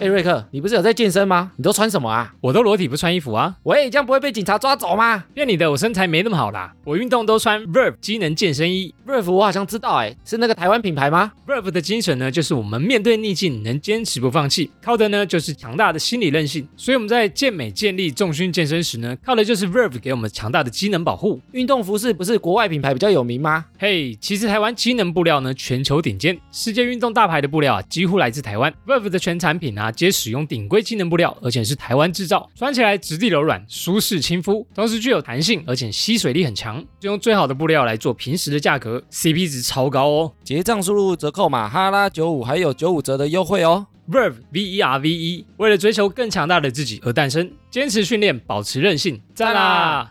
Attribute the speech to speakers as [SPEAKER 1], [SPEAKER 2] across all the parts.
[SPEAKER 1] 哎，瑞克，你不是有在健身吗？你都穿什么啊？
[SPEAKER 2] 我都裸体不穿衣服啊，
[SPEAKER 1] 喂，这样不会被警察抓走吗
[SPEAKER 2] 骗你的，我身材没那么好啦。我运动都穿 Verve 机能健身衣
[SPEAKER 1] ？Rev，我好像知道，哎，是那个台湾品牌吗？
[SPEAKER 2] ，Verve 的精神呢，就是我们面对逆境能坚持不放弃，靠的呢就是强大的心理韧性。所以我们在健美、健力、重训、健身时呢，靠的就是 Verve 给我们强大的机能保护。
[SPEAKER 1] 运动服饰不是国外品牌比较有名吗？
[SPEAKER 2] 嘿其实台湾机能布料呢，全球顶尖，世界运动大牌的布料啊，几乎来自台湾。Verve 的全产品啊，皆使用顶规机能布料，而且是台湾制造，穿起来质地柔软、舒适亲肤，同时具有弹性，而且吸水力很强。就用最好的布料来做平时的价格，CP 值超高哦。
[SPEAKER 1] 结账输入折扣码哈拉九五，还有九五折的优惠哦。
[SPEAKER 2] Verve V E R V E，为了追求更强大的自己而诞生，坚持训练，保持韧性，赞啦！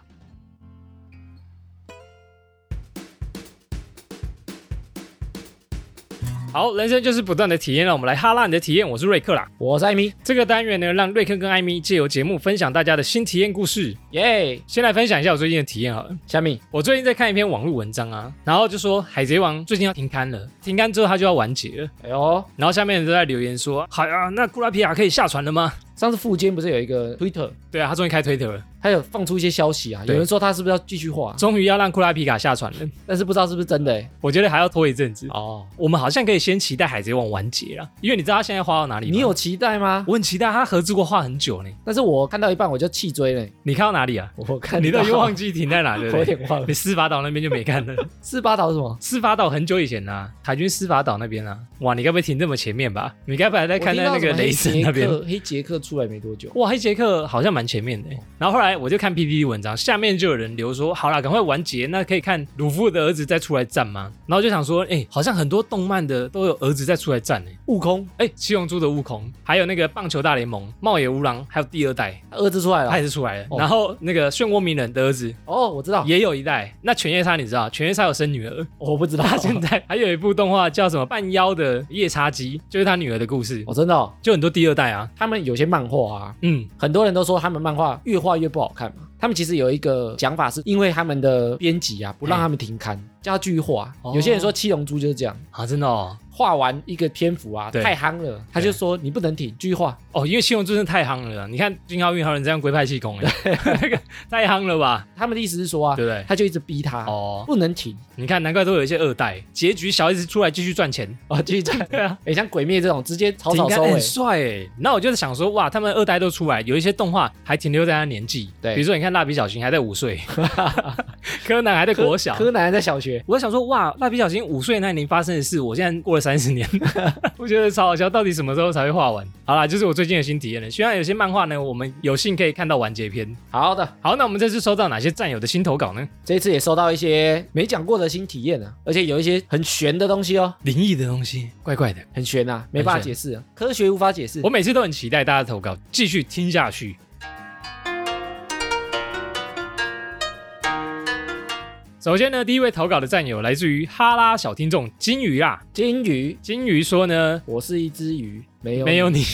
[SPEAKER 2] 好，人生就是不断的体验，让我们来哈拉你的体验。我是瑞克啦，
[SPEAKER 1] 我是艾米，
[SPEAKER 2] 这个单元呢，让瑞克跟艾米借由节目分享大家的新体验故事。
[SPEAKER 1] 耶、
[SPEAKER 2] 先来分享一下我最近的体验好了。
[SPEAKER 1] 虾米，
[SPEAKER 2] 我最近在看一篇网络文章啊，然后就说《海贼王》最近要停刊了，停刊之后它就要完结了。
[SPEAKER 1] 哎呦，
[SPEAKER 2] 然后下面人都在留言说：“好呀、那库拉皮亚可以下船了吗？”
[SPEAKER 1] 上次富坚不是有一个 Twitter，
[SPEAKER 2] 对啊，他终于开推特了，
[SPEAKER 1] 他有放出一些消息啊，有
[SPEAKER 2] 对
[SPEAKER 1] 人说他是不是要继续画，
[SPEAKER 2] 终于要让库拉皮卡下船了。
[SPEAKER 1] 但是不知道是不是真的、欸。
[SPEAKER 2] 我觉得还要拖一阵子。
[SPEAKER 1] 哦，
[SPEAKER 2] 我们好像可以先期待《海贼王》完结了，因为你知道他现在画到哪里吗？
[SPEAKER 1] 你有？期待吗？
[SPEAKER 2] 我很期待他合资过画很久呢。
[SPEAKER 1] 但是我看到一半我就弃追了、哎
[SPEAKER 2] 你看到哪里啊？
[SPEAKER 1] 我看
[SPEAKER 2] 你都已经忘
[SPEAKER 1] 记，
[SPEAKER 2] 记停在哪了，
[SPEAKER 1] 我有
[SPEAKER 2] 对不对？
[SPEAKER 1] 点忘了
[SPEAKER 2] 你。司法岛那边就没看了。
[SPEAKER 1] 四八岛是什么？
[SPEAKER 2] 司法岛很久以前啦、啊海军司法岛那边啊。哇，你该不会停这么前面吧？你该不会还在哎看
[SPEAKER 1] 到
[SPEAKER 2] 那个雷神那边？
[SPEAKER 1] 黑杰克出来没多久，
[SPEAKER 2] 哇，黑杰克好像蛮前面的欸。然后后来我就看 PPT 文章，下面就有人留说，好啦，赶快完结，那可以看鲁夫的儿子再出来战吗？然后就想说，哎、好像很多动漫的都有儿子再出来战呢。
[SPEAKER 1] 悟空
[SPEAKER 2] 哎、七龙珠的悟空，还有那个棒球大联盟茂野吾郎，还有第二代，
[SPEAKER 1] 他儿子出来
[SPEAKER 2] 他
[SPEAKER 1] 了。
[SPEAKER 2] 也是出来了。
[SPEAKER 1] 哦
[SPEAKER 2] 然后那个漩涡鸣人的儿子
[SPEAKER 1] 哦，我知道，
[SPEAKER 2] 也有一代。那犬夜叉你知道，犬夜叉有生女儿。
[SPEAKER 1] 我不知道，
[SPEAKER 2] 他现在还有一部动画叫什么《半妖的夜叉姬》，就是他女儿的故事，
[SPEAKER 1] 哦，真的哦，
[SPEAKER 2] 就很多第二代啊。
[SPEAKER 1] 他们有些漫画啊，
[SPEAKER 2] 嗯，
[SPEAKER 1] 很多人都说他们漫画越画越不好看嘛。他们其实有一个讲法，是因为他们的编辑啊，不让他们停刊，叫他继续画。
[SPEAKER 2] 哎哦
[SPEAKER 1] 有些人说《七龙珠》就是这样，
[SPEAKER 2] 啊，真的哦。
[SPEAKER 1] 画完一个篇幅啊，
[SPEAKER 2] 对
[SPEAKER 1] 太夯了，他就说你不能停，继续画。
[SPEAKER 2] 哦，因为七龙珠真的太夯了啦，你看金浩运还有人这样龟派气功，哎， 那个太夯了吧，
[SPEAKER 1] 他们的意思是说啊
[SPEAKER 2] 对，不对？
[SPEAKER 1] 他就一直逼他
[SPEAKER 2] 哦，
[SPEAKER 1] 不能停
[SPEAKER 2] 你看，难怪都有一些二代，结局小 S 出来继续赚钱，
[SPEAKER 1] 啊，继续 这样。
[SPEAKER 2] 对啊，
[SPEAKER 1] 哎，像《鬼灭》这种直接草草
[SPEAKER 2] 停刊
[SPEAKER 1] 收尾
[SPEAKER 2] 很，帅哎。那我就是想说，哇，他们二代都出来，有一些动画还停留在他年纪，
[SPEAKER 1] 对
[SPEAKER 2] 比如说你看蜡笔小新还在五岁， 柯南还在
[SPEAKER 1] 柯
[SPEAKER 2] 国小。
[SPEAKER 1] 柯南还在小学，
[SPEAKER 2] 我想说，哇，蜡笔小新五岁那年发生的事，我现在过了三十年， 我觉得超好笑。到底什么时候才会画完？好啦，就是我最近的新体验了。虽然有些漫画呢，我们有幸可以看到完结篇，
[SPEAKER 1] 好的，
[SPEAKER 2] 好，那我们这次收到哪些战友的新投稿呢？
[SPEAKER 1] 这一次也收到一些没讲过的新体验啊，而且有一些很玄的东西哦，
[SPEAKER 2] 灵异的东西，怪怪的。
[SPEAKER 1] 很玄啊，没办法解释、啊，科学无法解释
[SPEAKER 2] 我。每次都很期待大家的投稿，继续听下去。首先呢，第一位投稿的战友来自于哈拉小听众金鱼啊。
[SPEAKER 1] 金鱼，
[SPEAKER 2] 金鱼说呢，
[SPEAKER 1] 我是一只鱼，没有
[SPEAKER 2] 没有
[SPEAKER 1] 你，
[SPEAKER 2] 你，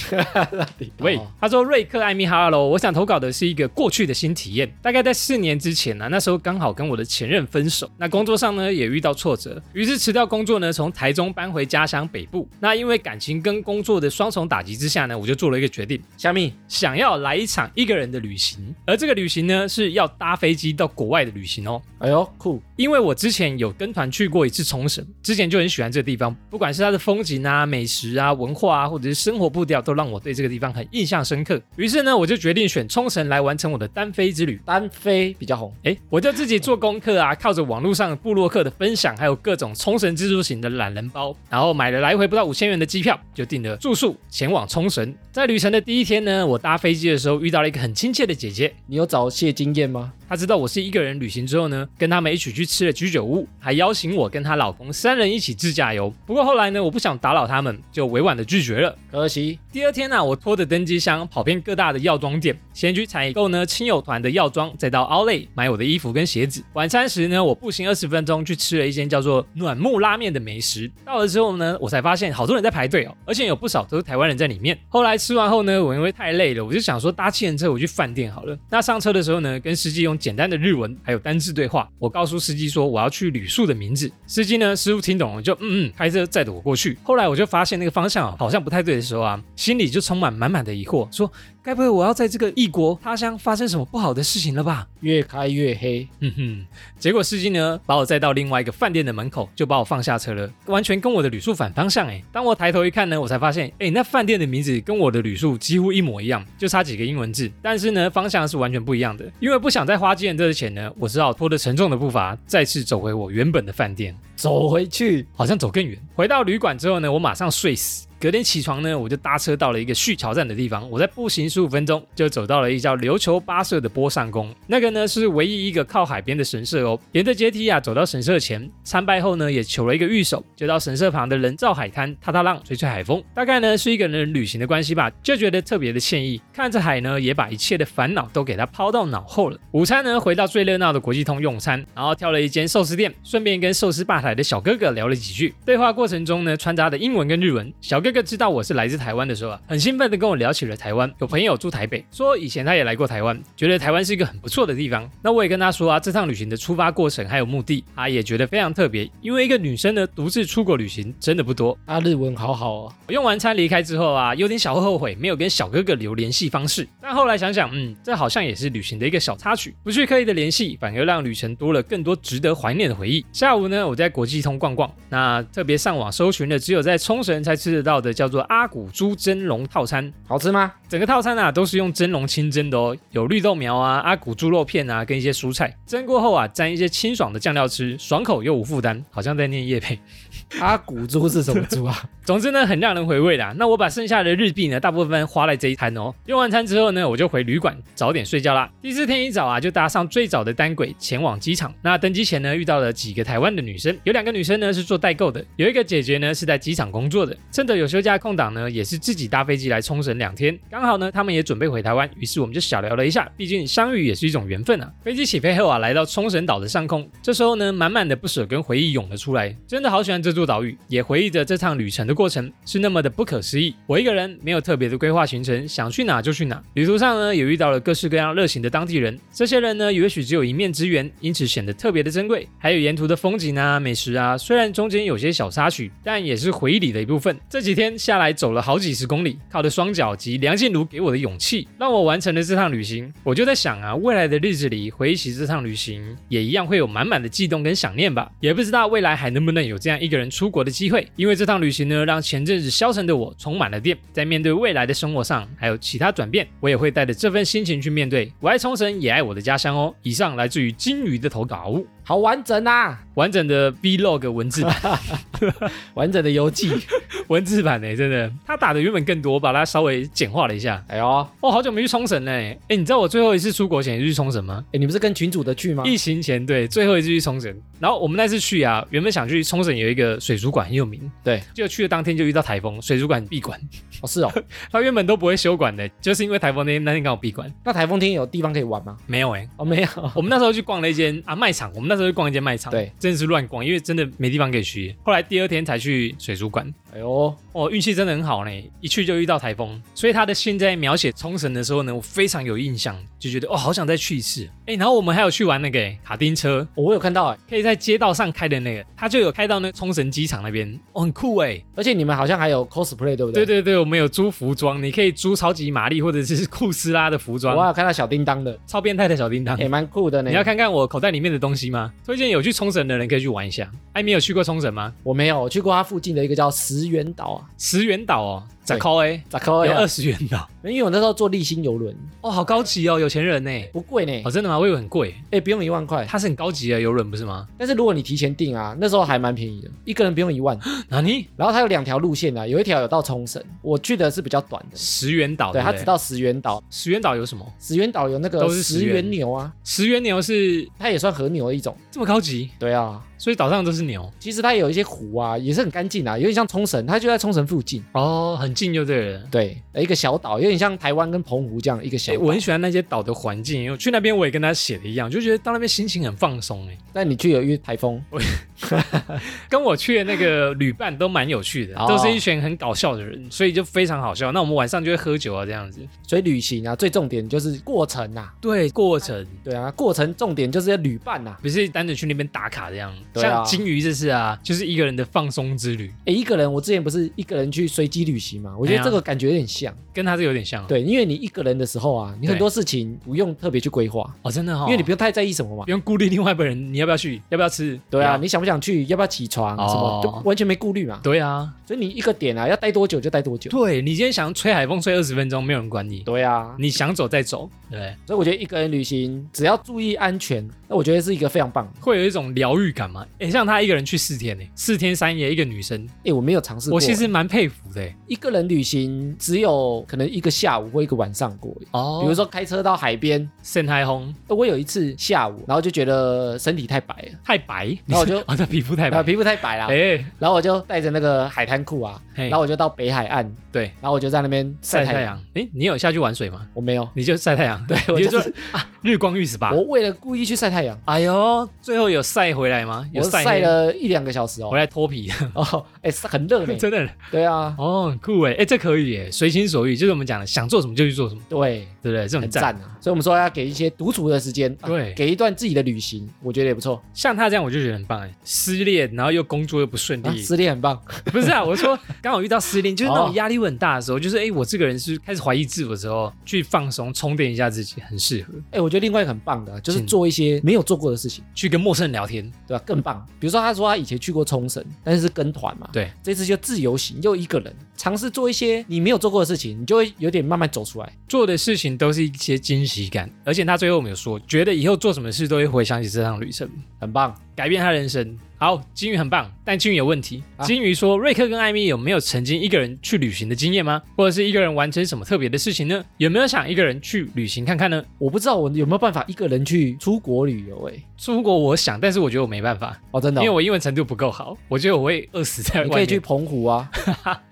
[SPEAKER 1] 到底
[SPEAKER 2] 喂
[SPEAKER 1] 哦，
[SPEAKER 2] 他说瑞克艾米哈喽，我想投稿的是一个过去的新体验，大概在四年之前呢、啊那时候刚好跟我的前任分手，那工作上呢也遇到挫折，于是辞掉工作呢，从台中搬回家乡北部。那因为感情跟工作的双重打击之下呢，我就做了一个决定，
[SPEAKER 1] 虾米，
[SPEAKER 2] 想要来一场一个人的旅行，而这个旅行呢是要搭飞机到国外的旅行哦。
[SPEAKER 1] 哎呦酷，
[SPEAKER 2] 因为我之前有跟团去过一次冲绳，之前就很喜欢这个地方，不管是它的风景啊、美食啊、文化啊，或者是生活步调，都让我对这个地方很印象深刻。于是呢，我就决定选冲绳来完成我的单飞之旅。
[SPEAKER 1] 单飞比较红，
[SPEAKER 2] 哎，我就自己做功课啊，靠着网络上部落客的分享，还有各种冲绳自助型的懒人包，然后买了来回不到五千元的机票，就订了住宿前往冲绳。在旅程的第一天呢，我搭飞机的时候遇到了一个很亲切的姐姐，
[SPEAKER 1] 你有找谢金燕吗？
[SPEAKER 2] 她知道我是一个人旅行之后呢，跟他们一起去吃了居酒屋，还邀请我跟她老公三人一起自驾游。不过后来呢，我不想打扰他们，就委婉的拒绝了。
[SPEAKER 1] 可惜，
[SPEAKER 2] 第二天呢、我拖着登机箱跑遍各大的药妆店，先去采购呢亲友团的药妆，再到 Outlet 买我的衣服跟鞋子。晚餐时呢，我步行二十分钟去吃了一间叫做暖木拉面的美食。到了之后呢，我才发现好多人在排队哦，而且有不少都是台湾人在里面。后来吃完后呢，我因为太累了，我就想说搭计程车我去饭店好了。那上车的时候呢，跟司机用简单的日文还有单字对话，我告诉司机说我要去旅宿的名字，司机呢似乎听懂了，就嗯嗯开车载着我过去。后来我就发现那个方向啊好像不太对的的时候啊，心里就充满满满的疑惑，说该不会我要在这个异国他乡发生什么不好的事情了吧？
[SPEAKER 1] 越开越黑，
[SPEAKER 2] 嗯哼，结果司机呢把我载到另外一个饭店的门口，就把我放下车了，完全跟我的旅宿反方向哎。当我抬头一看呢，我才发现，哎，那饭店的名字跟我的旅宿几乎一模一样，就差几个英文字，但是呢方向是完全不一样的。因为不想再花计程车的钱呢，我只好拖着沉重的步伐再次走回我原本的饭店。
[SPEAKER 1] 走回去，
[SPEAKER 2] 好像走更远。回到旅馆之后呢，我马上睡死。隔天起床呢，我就搭车到了一个续桥站的地方。我在步行十五分钟就走到了一叫琉球八社的波上宫，那个呢是唯一一个靠海边的神社哦。沿着阶梯啊走到神社前，参拜后呢也求了一个御守，就到神社旁的人造海滩踏踏浪，吹吹海风。大概呢是一个人旅行的关系吧，就觉得特别的惬意。看着海呢，也把一切的烦恼都给它抛到脑后了。午餐呢回到最热闹的国际通用餐，然后挑了一间寿司店，顺便跟寿司吧台的小哥哥聊了几句。对话过程中呢，穿插的英文跟日文。小哥哥知道我是来自台湾的时候啊，很兴奋的跟我聊起了台湾。有朋友住台北，说以前他也来过台湾，觉得台湾是一个很不错的地方。那我也跟他说啊，这趟旅行的出发过程还有目的，他也觉得非常特别，因为一个女生呢独自出国旅行真的不多。
[SPEAKER 1] 啊，日文好好哦，
[SPEAKER 2] 我用完餐离开之后啊，有点小后悔没有跟小哥哥留联系方式，但后来想想，嗯，这好像也是旅行的一个小插曲，不去刻意的联系，反而让旅程多了更多值得怀念的回忆。下午呢，我在国际通逛逛，那特别上网搜寻了只有在冲绳才吃得到的叫做阿古猪蒸笼套餐，
[SPEAKER 1] 好吃吗？
[SPEAKER 2] 整个套餐啊都是用蒸笼清蒸的哦，有绿豆苗啊、阿古猪肉片啊，跟一些蔬菜，蒸过后啊沾一些清爽的酱料吃，爽口又无负担，好像在念叶配。
[SPEAKER 1] 阿古猪是什么猪啊？
[SPEAKER 2] 总之呢，很让人回味啦。那我把剩下的日币呢，大部分花在这一餐哦。用完餐之后呢，我就回旅馆早点睡觉啦。第四天一早啊，就搭上最早的单轨前往机场。那登机前呢，遇到了几个台湾的女生，有两个女生呢是做代购的，有一个姐姐呢是在机场工作的。趁着有休假空档呢，也是自己搭飞机来冲绳两天。刚好呢，他们也准备回台湾，于是我们就小聊了一下，毕竟相遇也是一种缘分啊。飞机起飞后啊，来到冲绳岛的上空，这时候呢，满满的不舍跟回忆涌了出来，真的好喜欢这座岛屿，也回忆着这趟旅程的过程是那么的不可思议。我一个人没有特别的规划行程，想去哪就去哪。旅途上呃呢，也遇到了各式各样热情的当地人，这些人呢，也许只有一面之缘，因此显得特别的珍贵。还有沿途的风景啊、美食啊，虽然中间有些小插曲，但也是回忆里的一部分。这几天下来走了好几十公里，靠着双脚及梁静茹给我的勇气，让我完成了这趟旅行。我就在想啊，未来的日子里回忆起这趟旅行，也一样会有满满的悸动跟想念吧。也不知道未来还能不能有这样一个人出国的机会，因为这趟旅行呢，让前阵子消沉的我充满了电。在面对未来的生活上，还有其他转变，我也会带着这份心情去面对。我爱冲绳，也爱我的家乡哦。以上来自于金鱼的投稿，
[SPEAKER 1] 好完整啊，
[SPEAKER 2] 完整的 Vlog 文字版。
[SPEAKER 1] 完整的游 记。
[SPEAKER 2] 文字版呢、欸真的，他打的原本更多，我把它稍微简化了一下。
[SPEAKER 1] 哎呦，
[SPEAKER 2] 哦，好久没去冲绳嘞！哎，你知道我最后一次出国前也是去冲绳吗？
[SPEAKER 1] 哎，你不是跟群主的去吗？
[SPEAKER 2] 疫情前对，最后一次去冲绳。然后我们那次去啊，原本想去冲绳有一个水族馆很有名，
[SPEAKER 1] 对，
[SPEAKER 2] 结果去的当天就遇到台风，水族馆闭馆。
[SPEAKER 1] 哦，是哦。
[SPEAKER 2] 它原本都不会休馆的，就是因为台风那天那天刚好闭馆。
[SPEAKER 1] 那台风天有地方可以玩吗？
[SPEAKER 2] 没有哎、
[SPEAKER 1] 哦，没有。
[SPEAKER 2] 我们那时候去逛了一间啊卖场，我们那时候去逛一间卖场，
[SPEAKER 1] 对，
[SPEAKER 2] 真的是乱逛，因为真的没地方可以去。后来第二天才去水族馆，
[SPEAKER 1] 哎呦，
[SPEAKER 2] 哦，运气真的很好呢，一去就遇到台风，所以他的信在描写冲绳的时候呢，我非常有印象，就觉得哦，好想再去一次。哎，然后我们还有去玩那个诶卡丁车，
[SPEAKER 1] 我有看到哎，
[SPEAKER 2] 可以在街道上开的那个，它就有开到那冲绳机场那边，哦，很酷哎。
[SPEAKER 1] 而且你们好像还有 cosplay 对不对？
[SPEAKER 2] 对对对，我们有租服装，你可以租超级玛丽或者是 库斯拉的服装
[SPEAKER 1] 我，还有看到小叮当 的，
[SPEAKER 2] 超变态的小叮当。
[SPEAKER 1] 也蛮酷的呢
[SPEAKER 2] 你。要看看我口袋里面的东西吗？推荐有去冲绳的人可以去玩一下。艾米有去过冲绳吗？
[SPEAKER 1] 我没有，我去过它附近的一个叫石原岛啊，
[SPEAKER 2] 十元岛哦，咋
[SPEAKER 1] 对
[SPEAKER 2] 抠哎？
[SPEAKER 1] 咋可以
[SPEAKER 2] 有
[SPEAKER 1] 啊？
[SPEAKER 2] 二十元岛
[SPEAKER 1] 因为我那时候坐立新游轮，
[SPEAKER 2] 哦，好高级哦，有钱人呢。
[SPEAKER 1] 不贵呢
[SPEAKER 2] 哦，，真的吗？我以为很贵。
[SPEAKER 1] 哎，不用一万块。
[SPEAKER 2] 它是很高级的游轮，不是吗？
[SPEAKER 1] 但是如果你提前订啊，那时候还蛮便宜的，一个人不用一万。
[SPEAKER 2] 哪里？
[SPEAKER 1] 然后它有两条路线啊，有一条有到冲绳，我去的是比较短的，
[SPEAKER 2] 石原岛，
[SPEAKER 1] 对，
[SPEAKER 2] 不
[SPEAKER 1] 它只到石原岛，
[SPEAKER 2] 石原岛有什么？
[SPEAKER 1] 石原岛有那个
[SPEAKER 2] 都是石
[SPEAKER 1] 石
[SPEAKER 2] 原
[SPEAKER 1] 原牛啊，
[SPEAKER 2] 石原牛是
[SPEAKER 1] 它也算和牛的一种。
[SPEAKER 2] 这么高级，
[SPEAKER 1] 对啊，
[SPEAKER 2] 所以岛上都是牛
[SPEAKER 1] 其实它有一些湖啊，也是很干净啊，有点像冲绳，它就在冲绳附近。
[SPEAKER 2] 哦，很近就对了。
[SPEAKER 1] 对，呃一个小岛，有点像台湾跟澎湖这样一个小
[SPEAKER 2] 诶
[SPEAKER 1] 岛。
[SPEAKER 2] 哎我很喜欢那些岛的环境，因为我去那边我也跟他写的一样，就觉得到那边心情很放松哎、
[SPEAKER 1] 但你去有遇台风，
[SPEAKER 2] 跟我去的那个旅伴都蛮有趣的，
[SPEAKER 1] 哦
[SPEAKER 2] 都是一群很搞笑的人，所以就非常好笑。那我们晚上就会喝酒啊，这样子。
[SPEAKER 1] 所以旅行啊，最重点就是过程啊。
[SPEAKER 2] 对，过程
[SPEAKER 1] 对啊，过程重点就是要旅伴啊。
[SPEAKER 2] 不是单纯去那边打卡这样。
[SPEAKER 1] 对啊
[SPEAKER 2] 像金鱼这次啊，就是一个人的放松之旅。
[SPEAKER 1] 哎诶，一个人我之前不是一个人去随机旅行嘛，嘛，我觉
[SPEAKER 2] 哎呀
[SPEAKER 1] 得这个感觉有点像。
[SPEAKER 2] 跟他这有点像、啊。
[SPEAKER 1] 对，因为你一个人的时候啊，你很
[SPEAKER 2] 对
[SPEAKER 1] 多事情不用特别去规划，
[SPEAKER 2] 哦，真的哈、
[SPEAKER 1] 因为你不用太在意什么嘛
[SPEAKER 2] 不。用顾虑另外一个人，你要不要去，要不要吃？
[SPEAKER 1] 对啊，
[SPEAKER 2] 不要
[SPEAKER 1] 你想不想去？要不要起床？什么
[SPEAKER 2] 哦
[SPEAKER 1] 就完全没顾虑嘛。
[SPEAKER 2] 对啊，
[SPEAKER 1] 所以你一个点啊，要待多久就待多久。
[SPEAKER 2] 对你今天想吹海风吹二十分钟，没有人管你，
[SPEAKER 1] 对啊，
[SPEAKER 2] 你想走再走，对，
[SPEAKER 1] 所以我觉得一个人旅行只要注意安全，那我觉得是一个非常棒的。
[SPEAKER 2] 会有一种疗愈感嘛。诶，像他一个人去四天呢、四天三夜，一个女生，
[SPEAKER 1] 诶，哎我没有尝试过。
[SPEAKER 2] 我其实蛮佩服的、欸。
[SPEAKER 1] 一个人旅行只有可能一个下午或一个晚上过。
[SPEAKER 2] 哦
[SPEAKER 1] 比如说开车到海边，
[SPEAKER 2] 盛海红
[SPEAKER 1] 呃我有一次下午，然后就觉得身体太白了，
[SPEAKER 2] 太白，
[SPEAKER 1] 然后我 就
[SPEAKER 2] 啊，他皮 肤太
[SPEAKER 1] 啊
[SPEAKER 2] 白，
[SPEAKER 1] 皮肤太白了，
[SPEAKER 2] 哎，
[SPEAKER 1] 然后我就带着那个海滩裤啊，
[SPEAKER 2] 嘿
[SPEAKER 1] 然后我就到北海岸，
[SPEAKER 2] 对，
[SPEAKER 1] 然后我就在那边
[SPEAKER 2] 哎晒
[SPEAKER 1] 晒
[SPEAKER 2] 太
[SPEAKER 1] 太阳。
[SPEAKER 2] 阳。诶，你有下去玩水吗？
[SPEAKER 1] 我没有，
[SPEAKER 2] 你就晒太阳，对
[SPEAKER 1] 我
[SPEAKER 2] 你就
[SPEAKER 1] 就哦
[SPEAKER 2] 说啊，日光浴 SPA。
[SPEAKER 1] 我为了故意去晒太阳，啊
[SPEAKER 2] 哎呦，最后有晒回来吗？有
[SPEAKER 1] 我
[SPEAKER 2] 晒
[SPEAKER 1] 晒
[SPEAKER 2] 黑，
[SPEAKER 1] 了一两个小时哦
[SPEAKER 2] 回。来脱皮，
[SPEAKER 1] 哦，哎，是很热呢。
[SPEAKER 2] 真的
[SPEAKER 1] 对啊，
[SPEAKER 2] 哦，很酷哎，诶，这可以耶，随心所欲，就是我们讲的，想做什么就去做什么，
[SPEAKER 1] 对，
[SPEAKER 2] 对不对？这种
[SPEAKER 1] 很
[SPEAKER 2] 赞。
[SPEAKER 1] 赞啊。所以我们说要给一些独处的时间，啊
[SPEAKER 2] 对
[SPEAKER 1] 给一段自己的旅行，我觉得也不错。
[SPEAKER 2] 像他这样，我就觉得很棒哎，失恋，然后又工作又不顺
[SPEAKER 1] 啊
[SPEAKER 2] 利，
[SPEAKER 1] 失恋很棒，
[SPEAKER 2] 不是啊，我说 刚好遇到失恋，就是那种
[SPEAKER 1] 哦
[SPEAKER 2] 压力会很大的时候，就是哎、诶我这个人是开始怀疑自我的时候，去放松充电一下自己，很适合
[SPEAKER 1] 哎，我觉得另外一个很棒的啊就是
[SPEAKER 2] 嗯
[SPEAKER 1] 做一些没有做过的事情。
[SPEAKER 2] 去跟陌生人聊天。
[SPEAKER 1] 对吧、更棒。比如说，他说他以前去过冲绳，但是是跟团嘛，
[SPEAKER 2] 对，
[SPEAKER 1] 这次就自由行，又一个人，尝试做一些你没有做过的事情，你就会有点慢慢走出来。
[SPEAKER 2] 做的事情都是一些惊喜感，而且他最后我们有说，觉得以后做什么事都会回想起这趟旅程，
[SPEAKER 1] 很棒，
[SPEAKER 2] 改变他人生。好，金鱼很棒，但金鱼有问题。
[SPEAKER 1] 啊
[SPEAKER 2] 金鱼说，瑞克跟艾米有没有曾经一个人去旅行的经验吗？或者是一个人完成什么特别的事情呢？有没有想一个人去旅行看看呢？
[SPEAKER 1] 我不知道我有没有办法一个人去出国旅游、欸，
[SPEAKER 2] 出国我想，但是我觉得我没办法，
[SPEAKER 1] 哦，真的
[SPEAKER 2] 因
[SPEAKER 1] 哦、
[SPEAKER 2] 为我英文程度不够好，我觉得我会饿死在外
[SPEAKER 1] 你
[SPEAKER 2] 面。
[SPEAKER 1] 可以去澎湖 啊，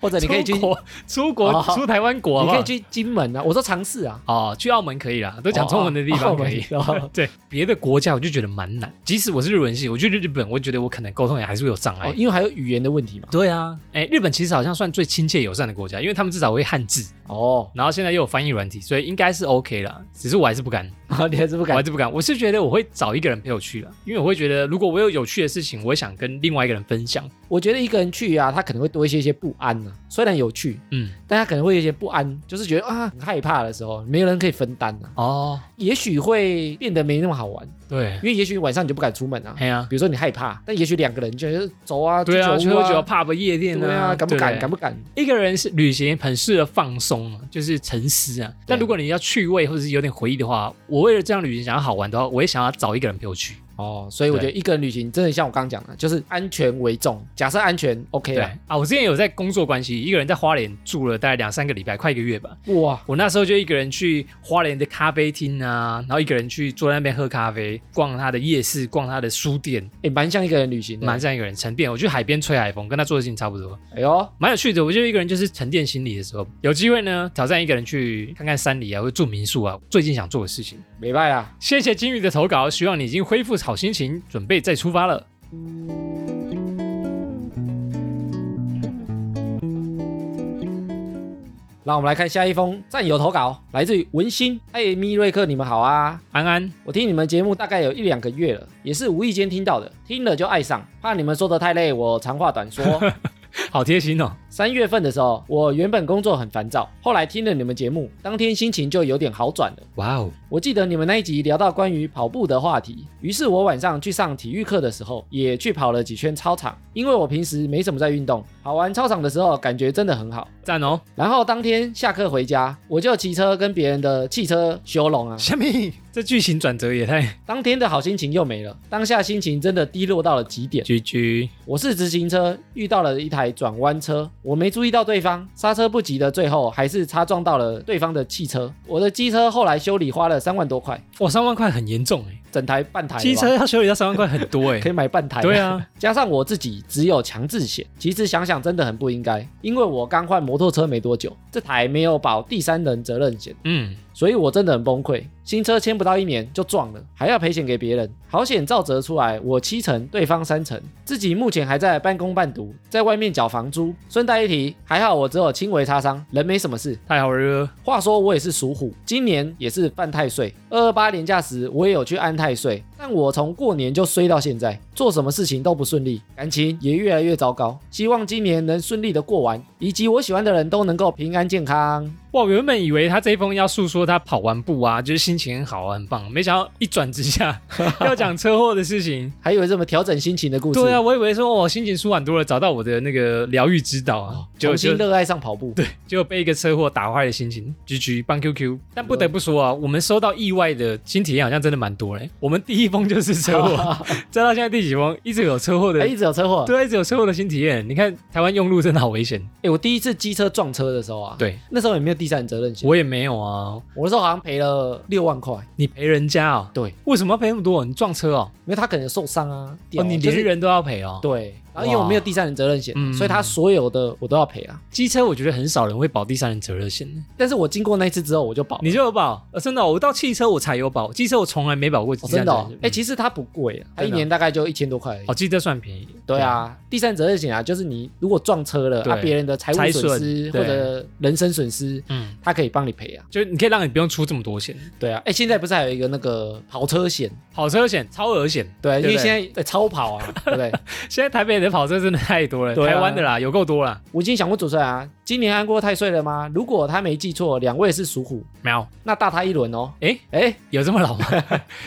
[SPEAKER 1] 或者你可以去，
[SPEAKER 2] 出
[SPEAKER 1] 你
[SPEAKER 2] 国，出国
[SPEAKER 1] 哦
[SPEAKER 2] 出台湾国好不
[SPEAKER 1] 可
[SPEAKER 2] 好，
[SPEAKER 1] 以去金门啊，我说尝试啊，
[SPEAKER 2] 哦，去澳门可以啦，都讲中文的地
[SPEAKER 1] 哦
[SPEAKER 2] 方
[SPEAKER 1] 澳
[SPEAKER 2] 可
[SPEAKER 1] 门
[SPEAKER 2] 以。
[SPEAKER 1] 哦
[SPEAKER 2] 对别的国家，我就觉得蛮难。即使我是日文系，我去日本，我觉得我可能沟通也还是会有障
[SPEAKER 1] 哦
[SPEAKER 2] 碍。
[SPEAKER 1] 因为还有语言的问题嘛，
[SPEAKER 2] 对啊，哎，日本其实好像算最亲切友善的国家，因为他们至少会汉字，
[SPEAKER 1] 哦，
[SPEAKER 2] 然后现在又有翻译软体，所以应该是 OK 啦。只是我还是不敢，
[SPEAKER 1] 你还是不
[SPEAKER 2] 我还
[SPEAKER 1] 敢，
[SPEAKER 2] 是不敢。我是觉得我会找一个人陪我去了，因为我会觉得如果我有有趣的事情，我会想跟另外一个人分享。
[SPEAKER 1] 我觉得一个人去啊，他可能会多一些一些不安啊，虽然有趣，
[SPEAKER 2] 嗯，
[SPEAKER 1] 但他可能会有一些不安，就是觉得啊很害怕的时候，没有人可以分担啊。
[SPEAKER 2] 哦，
[SPEAKER 1] 也许会变得没那么好玩，
[SPEAKER 2] 对
[SPEAKER 1] 因，为也许晚上你就不敢出门啊。
[SPEAKER 2] 哎呀，
[SPEAKER 1] 比如说你害怕，但也许两个人就是走啊，
[SPEAKER 2] 对啊，去
[SPEAKER 1] 去
[SPEAKER 2] 喝
[SPEAKER 1] 酒屋
[SPEAKER 2] 酒、pub、夜店
[SPEAKER 1] 对啊，敢不敢？
[SPEAKER 2] 对
[SPEAKER 1] 敢不敢？
[SPEAKER 2] 一个人是旅行很适合放松啊，就是沉思啊。但如果你要趣味或者是有点回忆的话，我为了这样旅行想要好玩的话，我也想要找一个人陪我去。
[SPEAKER 1] 哦，所以我觉得一个人旅行真的像我刚刚讲的，就是安全为重。假设安全 OK
[SPEAKER 2] 对
[SPEAKER 1] 了，
[SPEAKER 2] 啊，我之前有在工作关系，一个人在花莲住了大概两三个礼拜，快一个月吧。
[SPEAKER 1] 哇，
[SPEAKER 2] 我那时候就一个人去花莲的咖啡厅啊，然后一个人去坐在那边喝咖啡，逛他的夜市，逛他的书店，
[SPEAKER 1] 也欸蛮像一个人旅行的。
[SPEAKER 2] 蛮像一个人沉淀。我去海边吹海风，跟他做的事情差不多。
[SPEAKER 1] 哎呦，
[SPEAKER 2] 蛮有趣的。我觉得一个人就是沉淀心理的时候，有机会呢，挑战一个人去看看山里啊，或者住民宿啊，最近想做的事情。
[SPEAKER 1] 没败啊！
[SPEAKER 2] 谢谢金鱼的投稿，希望你已经恢复好心情，准备再出发了。
[SPEAKER 1] 让我们来看下一封战友投稿，来自于文心。艾米瑞克，你们好啊！
[SPEAKER 2] 安安，
[SPEAKER 1] 我听你们节目大概有一两个月了，也是无意间听到的，听了就爱上。怕你们说的太累，我长话短说。
[SPEAKER 2] 好贴心哦。
[SPEAKER 1] 三月份的时候，我原本工作很烦躁，后来听了你们节目，当天心情就有点好转了。
[SPEAKER 2] 哇哦，
[SPEAKER 1] 我记得你们那一集聊到关于跑步的话题，于是我晚上去上体育课的时候，也去跑了几圈操场，因为我平时没什么在运动，跑完操场的时候感觉真的很好。
[SPEAKER 2] 赞 哦。
[SPEAKER 1] 然后当天下课回家，我就骑车跟别人的汽车修容啊，
[SPEAKER 2] 下 面这剧情转折也太……
[SPEAKER 1] 当天的好心情又没了，当下心情真的低落到了极点。
[SPEAKER 2] 居居，
[SPEAKER 1] 我是直行车，遇到了一台转弯车，我没注意到对方，刹车不及的最后还是擦撞到了对方的汽车。我的机车后来修理花了三万多块，
[SPEAKER 2] 哇，三万块很严重哎，
[SPEAKER 1] 整台半台了吧
[SPEAKER 2] 机车要修理到三万块很多哎
[SPEAKER 1] 可。以买半台。
[SPEAKER 2] 对，啊，
[SPEAKER 1] 加上我自己只有强制险，其实想想真的很不应该，因为我刚换摩托车没多久，这台没有保第三人责任险。
[SPEAKER 2] 嗯，
[SPEAKER 1] 所以我真的很崩溃。新车签不到一年就撞了，还要赔钱给别人。好险照折出来，我七成，对方三成。自己目前还在半工半读，在外面缴房租。顺带一提，还好我只有轻微擦伤，人没什么事。
[SPEAKER 2] 太好了，
[SPEAKER 1] 话说我也是属虎，今年也是犯太岁。二二八年假时我也有去安太岁，但我从过年就衰到现在，做什么事情都不顺利，感情也越来越糟糕。希望今年能顺利的过完，以及我喜欢的人都能够平安健康。
[SPEAKER 2] 哇，我原本以为他这一封要诉说他跑完步啊，就是心情很好啊，很棒。没想到一转之下 要讲车祸的 事情。
[SPEAKER 1] 还有什么调整心情的故事？
[SPEAKER 2] 对啊，我以为说我心情舒缓多了，找到我的那个疗愈之道啊，就
[SPEAKER 1] 哦重
[SPEAKER 2] 就
[SPEAKER 1] 新热爱上跑步。对，
[SPEAKER 2] 就被一个车祸打坏了心情。GG 帮 QQ，但不得不说啊，我们收到意外的新体验好像真的蛮多嘞、我们第一封就是车祸，
[SPEAKER 1] 哦
[SPEAKER 2] 再到现在第几封一直有车祸的
[SPEAKER 1] 还，哎一直有车祸。
[SPEAKER 2] 对，啊一直有车祸的新体验。你看台湾用路真的好危险。
[SPEAKER 1] 哎、我第一次机车撞车的时候啊，，
[SPEAKER 2] 对
[SPEAKER 1] 那时候也没有第三人责任险，我
[SPEAKER 2] 我也没有啊，
[SPEAKER 1] 我那时候好像赔了六万块，
[SPEAKER 2] 你赔人家哦。
[SPEAKER 1] 对，
[SPEAKER 2] 为什么要赔那么多？你撞车哦，
[SPEAKER 1] 因为他可能受伤啊，
[SPEAKER 2] 哦
[SPEAKER 1] 掉
[SPEAKER 2] 你
[SPEAKER 1] 就
[SPEAKER 2] 连
[SPEAKER 1] 是
[SPEAKER 2] 人都要赔哦。
[SPEAKER 1] 对，然后因为我没有第三人责任险
[SPEAKER 2] 嗯，
[SPEAKER 1] 所以他所有的我都要赔啊。
[SPEAKER 2] 机车我觉得很少人会保第三人责任险的，
[SPEAKER 1] 但是我经过那一次之后，我就保了。
[SPEAKER 2] 你就有保？呃真的哦、我到汽车我才有保，机车我从来没保过第
[SPEAKER 1] 哦、
[SPEAKER 2] 三
[SPEAKER 1] 真
[SPEAKER 2] 人
[SPEAKER 1] 的
[SPEAKER 2] 责
[SPEAKER 1] 哦、
[SPEAKER 2] 任险。
[SPEAKER 1] 哎、其实它不贵啊，它一
[SPEAKER 2] 真的哦
[SPEAKER 1] 年大概就一千多块而已。
[SPEAKER 2] 哦，机车算便宜。
[SPEAKER 1] 对，啊，第三者责任险啊，就是你如果撞车了，
[SPEAKER 2] 对
[SPEAKER 1] 啊别人的财务损失
[SPEAKER 2] 财损对
[SPEAKER 1] 或者人身损失，
[SPEAKER 2] 嗯，
[SPEAKER 1] 它可以帮你赔啊。
[SPEAKER 2] 就是你可以让你不用出这么多钱。
[SPEAKER 1] 对啊，哎、现在不是还有一个那个跑车险？
[SPEAKER 2] 跑车险、超额险，
[SPEAKER 1] 对，
[SPEAKER 2] 对不对
[SPEAKER 1] 因为现在在超跑 啊，对不对？
[SPEAKER 2] 现在台北的跑车真的太多了，
[SPEAKER 1] 对啊
[SPEAKER 2] 台湾的啦，有够多啦。
[SPEAKER 1] 我已经想过主持人啊，今年安过太岁了吗？如果他没记错，两位是属虎，
[SPEAKER 2] 没有，
[SPEAKER 1] 那大他一轮哦。
[SPEAKER 2] 哎，
[SPEAKER 1] 哎、
[SPEAKER 2] 有这么 老吗？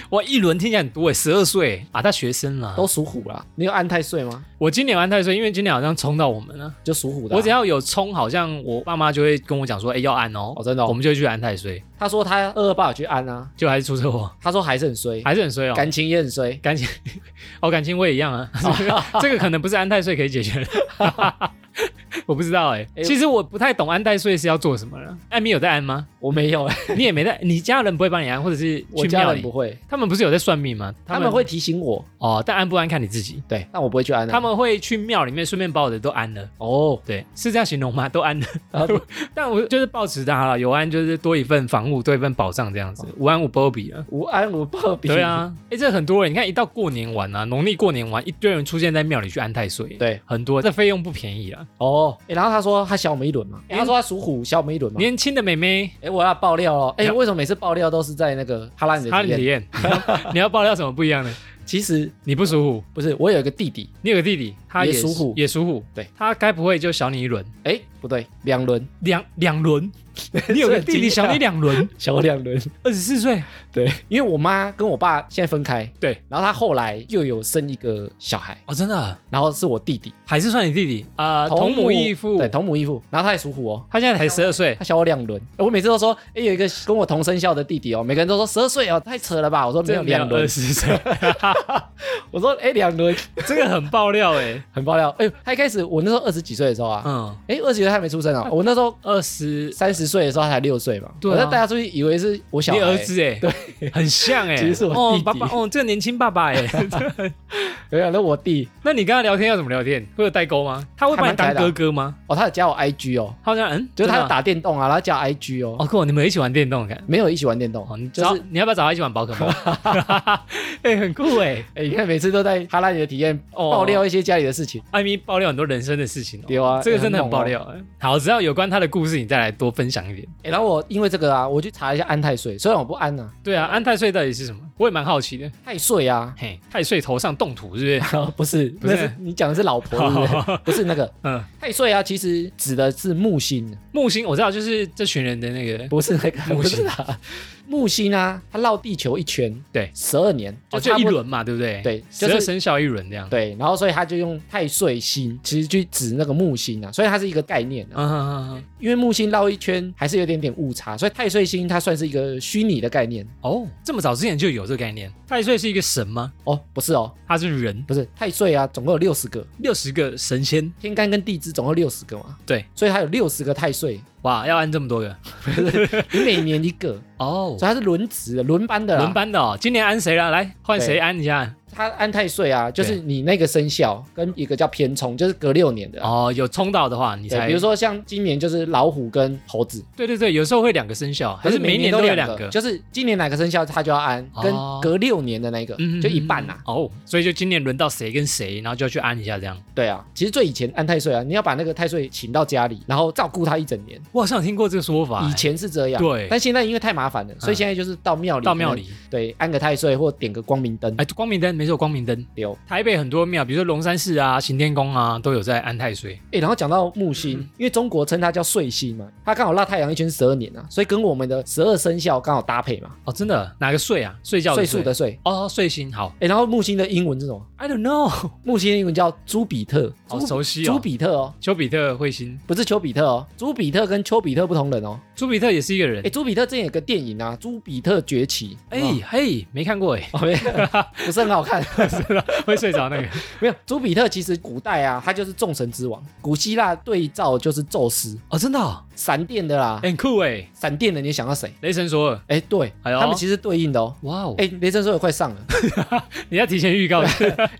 [SPEAKER 2] 哇，一轮听起来很多哎，十二岁啊，他学生啦。
[SPEAKER 1] 都属虎啦，你有安太岁吗？
[SPEAKER 2] 我今年玩太岁，因为今年好像冲到我们了。
[SPEAKER 1] 就属虎的啊、
[SPEAKER 2] 我只要有冲，好像我爸妈就会跟我讲说，哎，要按哦
[SPEAKER 1] 哦，，真的、
[SPEAKER 2] 我
[SPEAKER 1] 哦，
[SPEAKER 2] 们就会去按太岁，
[SPEAKER 1] 他说他二二八有去安啊，
[SPEAKER 2] 就还是出车祸，
[SPEAKER 1] 他说还是很衰，
[SPEAKER 2] 还是很衰哦。
[SPEAKER 1] 感情也很衰。
[SPEAKER 2] 感情， 哦，感情我也一样啊，
[SPEAKER 1] 哦
[SPEAKER 2] 这个可能不是安太岁可以解决的。 我不知道哎、
[SPEAKER 1] 哎
[SPEAKER 2] 其实我不太懂安太岁是要做什么了。艾米有在安吗？
[SPEAKER 1] 我没有，
[SPEAKER 2] 你也没在， 你家人不会帮你安，或者是
[SPEAKER 1] 我
[SPEAKER 2] 去
[SPEAKER 1] 家
[SPEAKER 2] 庙
[SPEAKER 1] 人
[SPEAKER 2] 里
[SPEAKER 1] 不？会，
[SPEAKER 2] 他们不是有在算命吗？
[SPEAKER 1] 他们会提醒我，
[SPEAKER 2] 哦，但安不安看你自己。
[SPEAKER 1] 对，但我不会去安啊。
[SPEAKER 2] 他们会去庙里面顺便把我的都安了，
[SPEAKER 1] 哦，
[SPEAKER 2] 对，是这样形容吗？都安了
[SPEAKER 1] 啊，
[SPEAKER 2] 但我就是抱持它了，有安就是多一份防护，多一份保障这样子，无安无波比了。
[SPEAKER 1] 无安无报比。
[SPEAKER 2] 哦对，啊，哎、这很多人，你看一到过年玩啊，农历过年玩，一堆人出现在庙里去安太岁，
[SPEAKER 1] 对，
[SPEAKER 2] 很多，这费用不便宜啊。
[SPEAKER 1] 哦，诶然后他说他小我们一轮嘛，诶他说他属虎小我们一轮嘛。
[SPEAKER 2] 年轻的妹妹，
[SPEAKER 1] 哎，我要爆料哦，哎，
[SPEAKER 2] 要
[SPEAKER 1] 为什么每次爆料都是在那个哈兰的
[SPEAKER 2] 她
[SPEAKER 1] 体
[SPEAKER 2] 体
[SPEAKER 1] 验？
[SPEAKER 2] 验， 你要爆料什么不一样的？
[SPEAKER 1] 其实
[SPEAKER 2] 你不属虎，
[SPEAKER 1] 不是，我有一个弟弟，
[SPEAKER 2] 你有个弟弟，他
[SPEAKER 1] 也
[SPEAKER 2] 是
[SPEAKER 1] 属虎
[SPEAKER 2] 也属虎，
[SPEAKER 1] 对，
[SPEAKER 2] 他该不会就小你一轮，
[SPEAKER 1] 哎，不对，两轮，
[SPEAKER 2] 两两轮？ 你有个弟弟小你两 轮，
[SPEAKER 1] 小我两轮。
[SPEAKER 2] 二十四岁，
[SPEAKER 1] 对，因为我妈跟我爸现在分开，
[SPEAKER 2] 对，
[SPEAKER 1] 然后他后来又有生一个小孩，
[SPEAKER 2] 哦，真的啊
[SPEAKER 1] 然后是我弟弟，
[SPEAKER 2] 还是算你弟弟啊？同母异父
[SPEAKER 1] 对，，同母异父，然后他也属虎哦。
[SPEAKER 2] 他现在才十二岁，
[SPEAKER 1] 他小我两轮，
[SPEAKER 2] 哦
[SPEAKER 1] 诶我每次都说，哎、有一个跟我同生校的弟弟哦，每个人都说十二岁哦，太扯了吧？我说没有两轮
[SPEAKER 2] 二，十岁，
[SPEAKER 1] 我说哎，两轮
[SPEAKER 2] 这个很爆料哎，
[SPEAKER 1] 很爆料。哎、呦，他一开始我那时候二十几岁的时候啊，
[SPEAKER 2] 嗯，
[SPEAKER 1] 哎、二十几岁还没出生啊，我那时候
[SPEAKER 2] 二十，
[SPEAKER 1] 三十岁的时候他才六岁嘛，
[SPEAKER 2] 对啊
[SPEAKER 1] 我在带他出去以为是我小
[SPEAKER 2] 你
[SPEAKER 1] 孩。
[SPEAKER 2] 儿子哎，对，很像哎，
[SPEAKER 1] 其实是我
[SPEAKER 2] 哦
[SPEAKER 1] 弟弟
[SPEAKER 2] 爸爸哦，这个年轻爸爸 哎，
[SPEAKER 1] 没有，那我弟
[SPEAKER 2] 那你跟他聊天要怎么聊天？会有代沟吗？他会把你当哥哥吗？
[SPEAKER 1] 哦，他有加我 IG 哦，
[SPEAKER 2] 他好像嗯，
[SPEAKER 1] 就是他有
[SPEAKER 2] 真的啊
[SPEAKER 1] 打电动啊，然后加 IG 哦，
[SPEAKER 2] 哦，酷，你们有一起玩电动感。
[SPEAKER 1] 没有一起玩电动
[SPEAKER 2] 哦，你，
[SPEAKER 1] 就
[SPEAKER 2] 找
[SPEAKER 1] 是
[SPEAKER 2] 你要不要找他一起玩宝可梦？ 哎，很酷 哎！
[SPEAKER 1] 哎、你看每次都在哈拉你的体验
[SPEAKER 2] 哦
[SPEAKER 1] 爆料一些家里的事情，
[SPEAKER 2] 艾米爆料很多人生的事情哦，
[SPEAKER 1] 对啊
[SPEAKER 2] 这个真的
[SPEAKER 1] 哎很猛
[SPEAKER 2] 很
[SPEAKER 1] 哦
[SPEAKER 2] 爆料哎。好，只要有关他的故事，你再来多分享一点。
[SPEAKER 1] 哎、然后我因为这个啊，我去查一下安太岁，虽然我不安呐、啊，
[SPEAKER 2] 对啊，安太岁到底是什么？我也蛮好奇的。
[SPEAKER 1] 太岁 啊。
[SPEAKER 2] 嘿，太岁头上动土是
[SPEAKER 1] 不是，不
[SPEAKER 2] 哦是哦
[SPEAKER 1] 是你讲的是老
[SPEAKER 2] 不
[SPEAKER 1] 婆，
[SPEAKER 2] 是？
[SPEAKER 1] 对不对？不是那个
[SPEAKER 2] 嗯，
[SPEAKER 1] 太岁啊，其实指的是木星，
[SPEAKER 2] 木星我知道，就是这群人的那个
[SPEAKER 1] 不是那个
[SPEAKER 2] 木星
[SPEAKER 1] 不是啊，木星啊，它绕地球一圈，
[SPEAKER 2] 对
[SPEAKER 1] 十二年，差
[SPEAKER 2] 哦，就
[SPEAKER 1] 不
[SPEAKER 2] 一
[SPEAKER 1] 多，
[SPEAKER 2] 轮嘛，对不对？
[SPEAKER 1] 对
[SPEAKER 2] 十
[SPEAKER 1] 就
[SPEAKER 2] 二
[SPEAKER 1] 是
[SPEAKER 2] 生肖一轮这样。
[SPEAKER 1] 对，然后所以他就用太岁星，其实去指那个木星啊，所以它是一个概念啊，
[SPEAKER 2] 嗯，嗯嗯嗯
[SPEAKER 1] 因为木星绕一圈还是有点点误差，所以太岁星它算是一个虚拟的概念
[SPEAKER 2] 哦，这么早之前就有这个概念。太岁是一个神吗？
[SPEAKER 1] 哦，不是哦，
[SPEAKER 2] 他是人，
[SPEAKER 1] 不是太岁啊，总共有六十个，
[SPEAKER 2] 六十个神仙。
[SPEAKER 1] 天干跟地支总共六十个嘛，
[SPEAKER 2] 对，
[SPEAKER 1] 所以它有六十个太 岁，
[SPEAKER 2] 哇，要按这么多个
[SPEAKER 1] 你每年一个，
[SPEAKER 2] 哦
[SPEAKER 1] 所以，它是轮值的轮班的啊啦
[SPEAKER 2] 轮班的哦。今年安谁了？来换谁
[SPEAKER 1] 对
[SPEAKER 2] 安一下？
[SPEAKER 1] 他安太岁啊，就是你那个生肖跟一个叫偏冲，就是隔六年的、啊。
[SPEAKER 2] 哦，有冲到的话，你
[SPEAKER 1] 对，
[SPEAKER 2] 才
[SPEAKER 1] 比如说像今年就是老虎跟猴子，
[SPEAKER 2] 对对对，有时候会两个生肖，还
[SPEAKER 1] 可
[SPEAKER 2] 是
[SPEAKER 1] 是
[SPEAKER 2] 每年
[SPEAKER 1] 都
[SPEAKER 2] 有
[SPEAKER 1] 两
[SPEAKER 2] 个？
[SPEAKER 1] 就是今年哪个生肖他就要安，
[SPEAKER 2] 哦
[SPEAKER 1] 跟隔六年的那个
[SPEAKER 2] 嗯
[SPEAKER 1] 就一半啊呐、。
[SPEAKER 2] 哦，所以就今年轮到谁跟谁，然后就要去安一下这样。
[SPEAKER 1] 对啊，其实最以前安太岁啊，你要把那个太岁请到家里，然后照顾他一整年。
[SPEAKER 2] 我好像有听过这个说法，
[SPEAKER 1] 以前是这样，
[SPEAKER 2] 对嗯
[SPEAKER 1] 但现在因为太麻烦了，所以现在就是到庙里，
[SPEAKER 2] 哎到庙里，
[SPEAKER 1] 对安个太岁或点个光明灯。
[SPEAKER 2] 哎，光明灯没有光明灯。
[SPEAKER 1] 有。
[SPEAKER 2] 台北很多庙，比如说龙山寺啊、行天宫啊，都有在安太岁。
[SPEAKER 1] 哎、然后讲到木星，
[SPEAKER 2] 嗯
[SPEAKER 1] 因为中国称它叫岁星嘛，它刚好绕太阳一圈十二年啊，所以跟我们的十二生肖刚好搭配嘛，
[SPEAKER 2] 哦，真的？哪个岁啊？睡觉
[SPEAKER 1] 岁
[SPEAKER 2] 的
[SPEAKER 1] 数的岁。
[SPEAKER 2] 哦，岁星好。
[SPEAKER 1] 哎、然后木星的英文是什么？
[SPEAKER 2] I don't know，
[SPEAKER 1] 木星的英文叫朱比特，
[SPEAKER 2] 好
[SPEAKER 1] 朱
[SPEAKER 2] 熟悉哦
[SPEAKER 1] 朱比特哦，
[SPEAKER 2] 丘比特彗星，
[SPEAKER 1] 不是丘比特哦，朱比特跟丘比特不同人哦。
[SPEAKER 2] 丘比特也是一个人
[SPEAKER 1] 哎、。朱比特之前有个电影啊，《朱比特崛起》
[SPEAKER 2] 哎、
[SPEAKER 1] 有没有
[SPEAKER 2] 嘿，没看过哎，
[SPEAKER 1] 哦没有不是很好看。
[SPEAKER 2] 会睡着 那个。
[SPEAKER 1] 没有，朱比特其实古代啊，他就是众神之王。古希腊对照就是宙斯，
[SPEAKER 2] 哦，真的、哦，
[SPEAKER 1] 闪电的啦，
[SPEAKER 2] 哎很酷哎。
[SPEAKER 1] 闪电的你想到谁？
[SPEAKER 2] 雷神索尔，
[SPEAKER 1] 哎、对，
[SPEAKER 2] 哎呦
[SPEAKER 1] 他们其实对应的哦。
[SPEAKER 2] 哇哦，
[SPEAKER 1] 哎、雷神说也快上 了，
[SPEAKER 2] 你要提前预告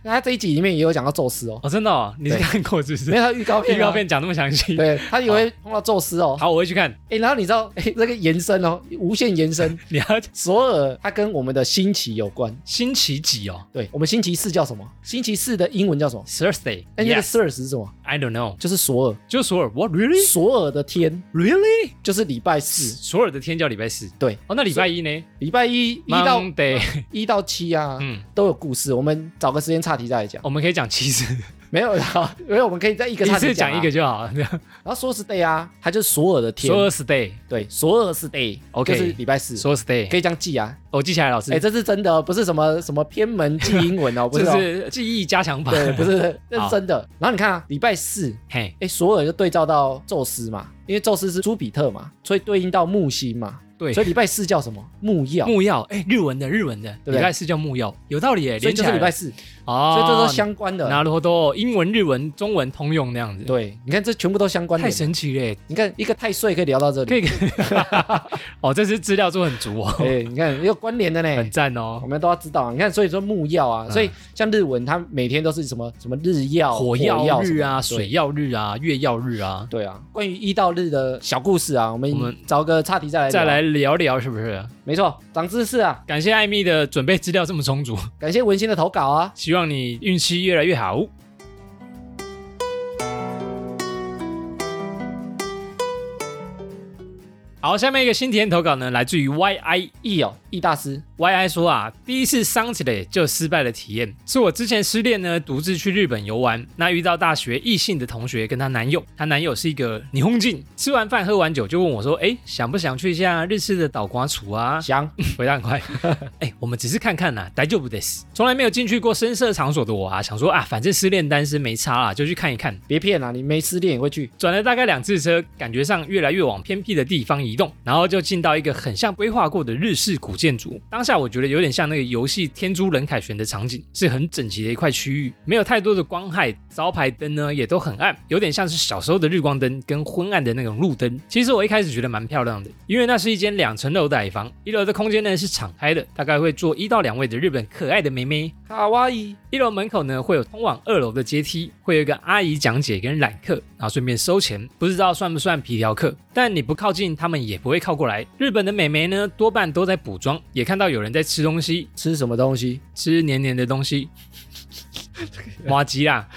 [SPEAKER 1] 那他这一集里面也有讲到宙斯哦，
[SPEAKER 2] 哦，真的、哦，你是
[SPEAKER 1] 对
[SPEAKER 2] 看过是不是
[SPEAKER 1] 没？有他预告片、啊，
[SPEAKER 2] 预告，片讲那么详细。
[SPEAKER 1] 对他以为碰到宙斯哦。
[SPEAKER 2] 好，我会去看。
[SPEAKER 1] 哎、然后你知道，哎、这个延伸哦，无限延 伸，
[SPEAKER 2] 你要
[SPEAKER 1] 索尔他跟我们的星期有关。
[SPEAKER 2] 星期几哦
[SPEAKER 1] 对我们星期四叫什么？星期四的英文叫什么？
[SPEAKER 2] ？Thursday。
[SPEAKER 1] 哎、那个 Sir 是什么？
[SPEAKER 2] I don't know，
[SPEAKER 1] 就是索尔，
[SPEAKER 2] 就索尔。What really
[SPEAKER 1] 索尔的天
[SPEAKER 2] really？
[SPEAKER 1] 就是礼拜四，
[SPEAKER 2] 索尔的天叫礼拜四。
[SPEAKER 1] 对，
[SPEAKER 2] 哦，那礼拜一呢？一
[SPEAKER 1] 礼拜一一到
[SPEAKER 2] Monday。
[SPEAKER 1] 一到七啊，
[SPEAKER 2] 嗯，
[SPEAKER 1] 都有故事。我们找个时间岔题再来讲。
[SPEAKER 2] 我们可以讲七 次，
[SPEAKER 1] 没有啦，因为我们可以在一个
[SPEAKER 2] 一
[SPEAKER 1] 岔
[SPEAKER 2] 次
[SPEAKER 1] 题
[SPEAKER 2] 讲
[SPEAKER 1] 啊
[SPEAKER 2] 一个。就好了。
[SPEAKER 1] 然后说是 day 啊，它就是索尔的天，
[SPEAKER 2] 索尔 stay，
[SPEAKER 1] 对，索尔是 day，OK，就
[SPEAKER 2] OK
[SPEAKER 1] 是礼拜四，
[SPEAKER 2] 索尔 stay
[SPEAKER 1] 可。以这样记啊。
[SPEAKER 2] 我记起来，老师
[SPEAKER 1] 哎，，这是真的哦，不是什么什么偏门记英文 哦，不是
[SPEAKER 2] 这
[SPEAKER 1] 哦，
[SPEAKER 2] 是记忆加强版。
[SPEAKER 1] 对，不是，这是真的。然后你看啊，礼拜四，
[SPEAKER 2] 嘿，
[SPEAKER 1] 哎，索尔就对照到宙斯嘛，因为宙斯是朱比特嘛，所以对应到木星嘛，
[SPEAKER 2] 对
[SPEAKER 1] 所，以礼拜四叫什么？木曜，
[SPEAKER 2] 木曜，哎，日文的日文的，
[SPEAKER 1] 对不对
[SPEAKER 2] 礼拜四叫木曜，有道理哎，
[SPEAKER 1] 所以
[SPEAKER 2] 连
[SPEAKER 1] 就是
[SPEAKER 2] 起来
[SPEAKER 1] 礼拜
[SPEAKER 2] 了。
[SPEAKER 1] 四，
[SPEAKER 2] 哦，
[SPEAKER 1] 所以这都相关的。
[SPEAKER 2] 拿罗多，英文、日文、中文通用那样子。
[SPEAKER 1] 对，你看这全部都相关
[SPEAKER 2] 太
[SPEAKER 1] 联。
[SPEAKER 2] 神奇了耶，
[SPEAKER 1] 你看一个太岁可以聊到这里，
[SPEAKER 2] 可以。 哦，这是资料做很足哦，
[SPEAKER 1] 哎，你看也有关联的
[SPEAKER 2] 很
[SPEAKER 1] 呢。
[SPEAKER 2] 赞
[SPEAKER 1] 我
[SPEAKER 2] 哦。
[SPEAKER 1] 们都要知道啊，你看，所以说木曜啊，
[SPEAKER 2] 嗯
[SPEAKER 1] 所以像日文，它每天都是什么什么日曜、
[SPEAKER 2] 火
[SPEAKER 1] 曜
[SPEAKER 2] 曜日啊，
[SPEAKER 1] 哦什么的
[SPEAKER 2] 水。曜日啊，月曜日啊，
[SPEAKER 1] 对对啊，关于一到日的小故事啊，我
[SPEAKER 2] 我们
[SPEAKER 1] 们找个岔题再来聊啊
[SPEAKER 2] 再来，聊聊是不是？
[SPEAKER 1] 没错，长知识啊！
[SPEAKER 2] 感谢艾米的准备资料这么充足，
[SPEAKER 1] 感谢文心的投稿啊。
[SPEAKER 2] 希望你运气越来越好。好，下面一个新体验投稿呢，来自于 YI
[SPEAKER 1] E 哦，E 大师，
[SPEAKER 2] Y I 说啊，第一次伤起来就失败的体验，是我之前失恋呢，独自去日本游玩，那遇到大学异性的同学跟她男友，她男友是一个霓虹镜，吃完饭喝完酒就问我说，哎，想不想去一下日式的岛瓜厨啊？
[SPEAKER 1] 翔，
[SPEAKER 2] 回答很快， 哎、我们只是看看呐、大丈夫です。从来没有进去过深色场所的我啊，想说啊，反正失恋单身没差啊啦，就去看一看。
[SPEAKER 1] 别骗啊，你没失恋也会去。
[SPEAKER 2] 转了大概两次车，感觉上越来越往偏僻的地方移动，然后就进到一个很像规划过的日式古建筑。当下我觉得有点像那个游戏《天珠人凯旋》的场景，是很整齐的一块区域，没有太多的光害，招牌灯呢也都很暗，有点像是小时候的日光灯跟昏暗的那种路灯。其实我一开始觉得蛮漂亮的，因为那是一间两层楼的矮房，一楼的空间呢是敞开的，大概会坐一到两位的日本可爱的妹妹，
[SPEAKER 1] 卡哇伊，
[SPEAKER 2] 一楼门口呢会有通往二楼的阶梯，会有一个阿姨讲解跟揽客，然后顺便收钱，不知道算不算皮条客。但你不靠近，他们也不会靠过来。日本的美眉呢，多半都在补妆，也看到有人在吃东西，
[SPEAKER 1] 吃什么东西？
[SPEAKER 2] 吃黏黏的东西，麻吉啦。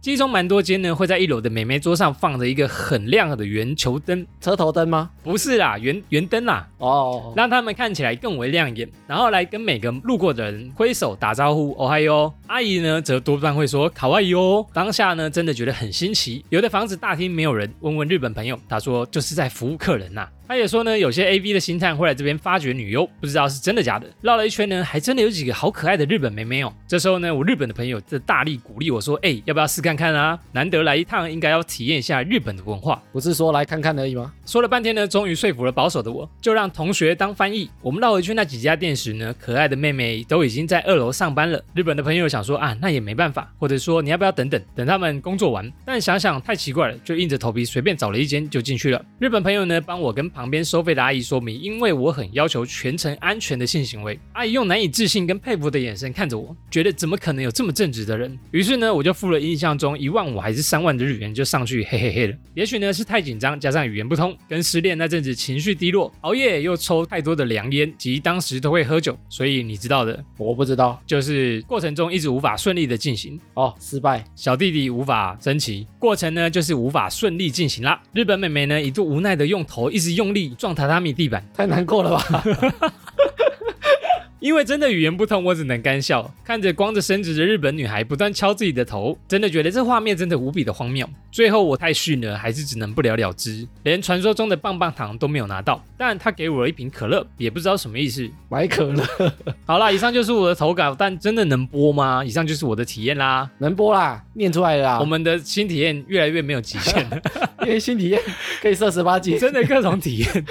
[SPEAKER 2] 其中蛮多间呢会在一楼的美眉桌上放着一个很亮的圆球灯，
[SPEAKER 1] 车头灯吗？
[SPEAKER 2] 不是啦，圆圆灯啦，
[SPEAKER 1] 哦，
[SPEAKER 2] 让他们看起来更为亮眼，然后来跟每个路过的人挥手打招呼，哦嗨哟。阿姨呢，则多半会说卡哇伊哦。当下呢，真的觉得很新奇。有的房子大厅没有人，问问日本朋友，他说就是在服务客人呐、他也说呢，有些 A V 的星探会来这边发掘女优，不知道是真的假的。绕了一圈呢，还真的有几个好可爱的日本妹妹哦。这时候呢，我日本的朋友这大力鼓励我说，哎，要不要试看看啊？难得来一趟，应该要体验一下日本的文化。
[SPEAKER 1] 不是说来看看而已吗？
[SPEAKER 2] 说了半天呢，终于说服了保守的我，就让同学当翻译。我们绕回去那几家店时呢，可爱的妹妹都已经在二楼上班了。日本的朋友想说啊，那也没办法，或者说你要不要等等，等他们工作完？但想想太奇怪了，就硬着头皮随便找了一间就进去了。日本朋友呢，帮我跟旁边收费的阿姨说明，因为我很 要求全程安全的性行为。阿姨用难以置信跟佩服的眼神看着我，觉得怎么可能有这么正直的人？于是呢，我就付了印象中一万五还是三万的日元就上去，嘿嘿嘿了。也许呢是太紧张，加上语言不通，跟失恋那阵子情绪低落，熬夜又抽太多的凉烟，及当时都会喝酒，所以你知道的，
[SPEAKER 1] 我不知道。
[SPEAKER 2] 就是过程中一直无法顺利的进行。
[SPEAKER 1] 哦，失败。
[SPEAKER 2] 小弟弟无法升旗，过程呢就是无法顺利进行啦。日本妹妹呢一度无奈的用头一直用力撞榻榻米地板，
[SPEAKER 1] 太难过了吧？
[SPEAKER 2] 因为真的语言不通，我只能干笑，看着光着身子的日本女孩不断敲自己的头，真的觉得这画面真的无比的荒谬。最后我太逊了，还是只能不了了之，连传说中的棒棒糖都没有拿到。但他给我了一瓶可乐，也不知道什么意思。
[SPEAKER 1] 买可乐
[SPEAKER 2] 好啦，以上就是我的投稿，但真的能播吗？以上就是我的体验啦。
[SPEAKER 1] 能播啦，念出来了啦。
[SPEAKER 2] 我们的新体验越来越没有极限 了，
[SPEAKER 1] 因为新体验可以设十八禁，
[SPEAKER 2] 真的各种体验，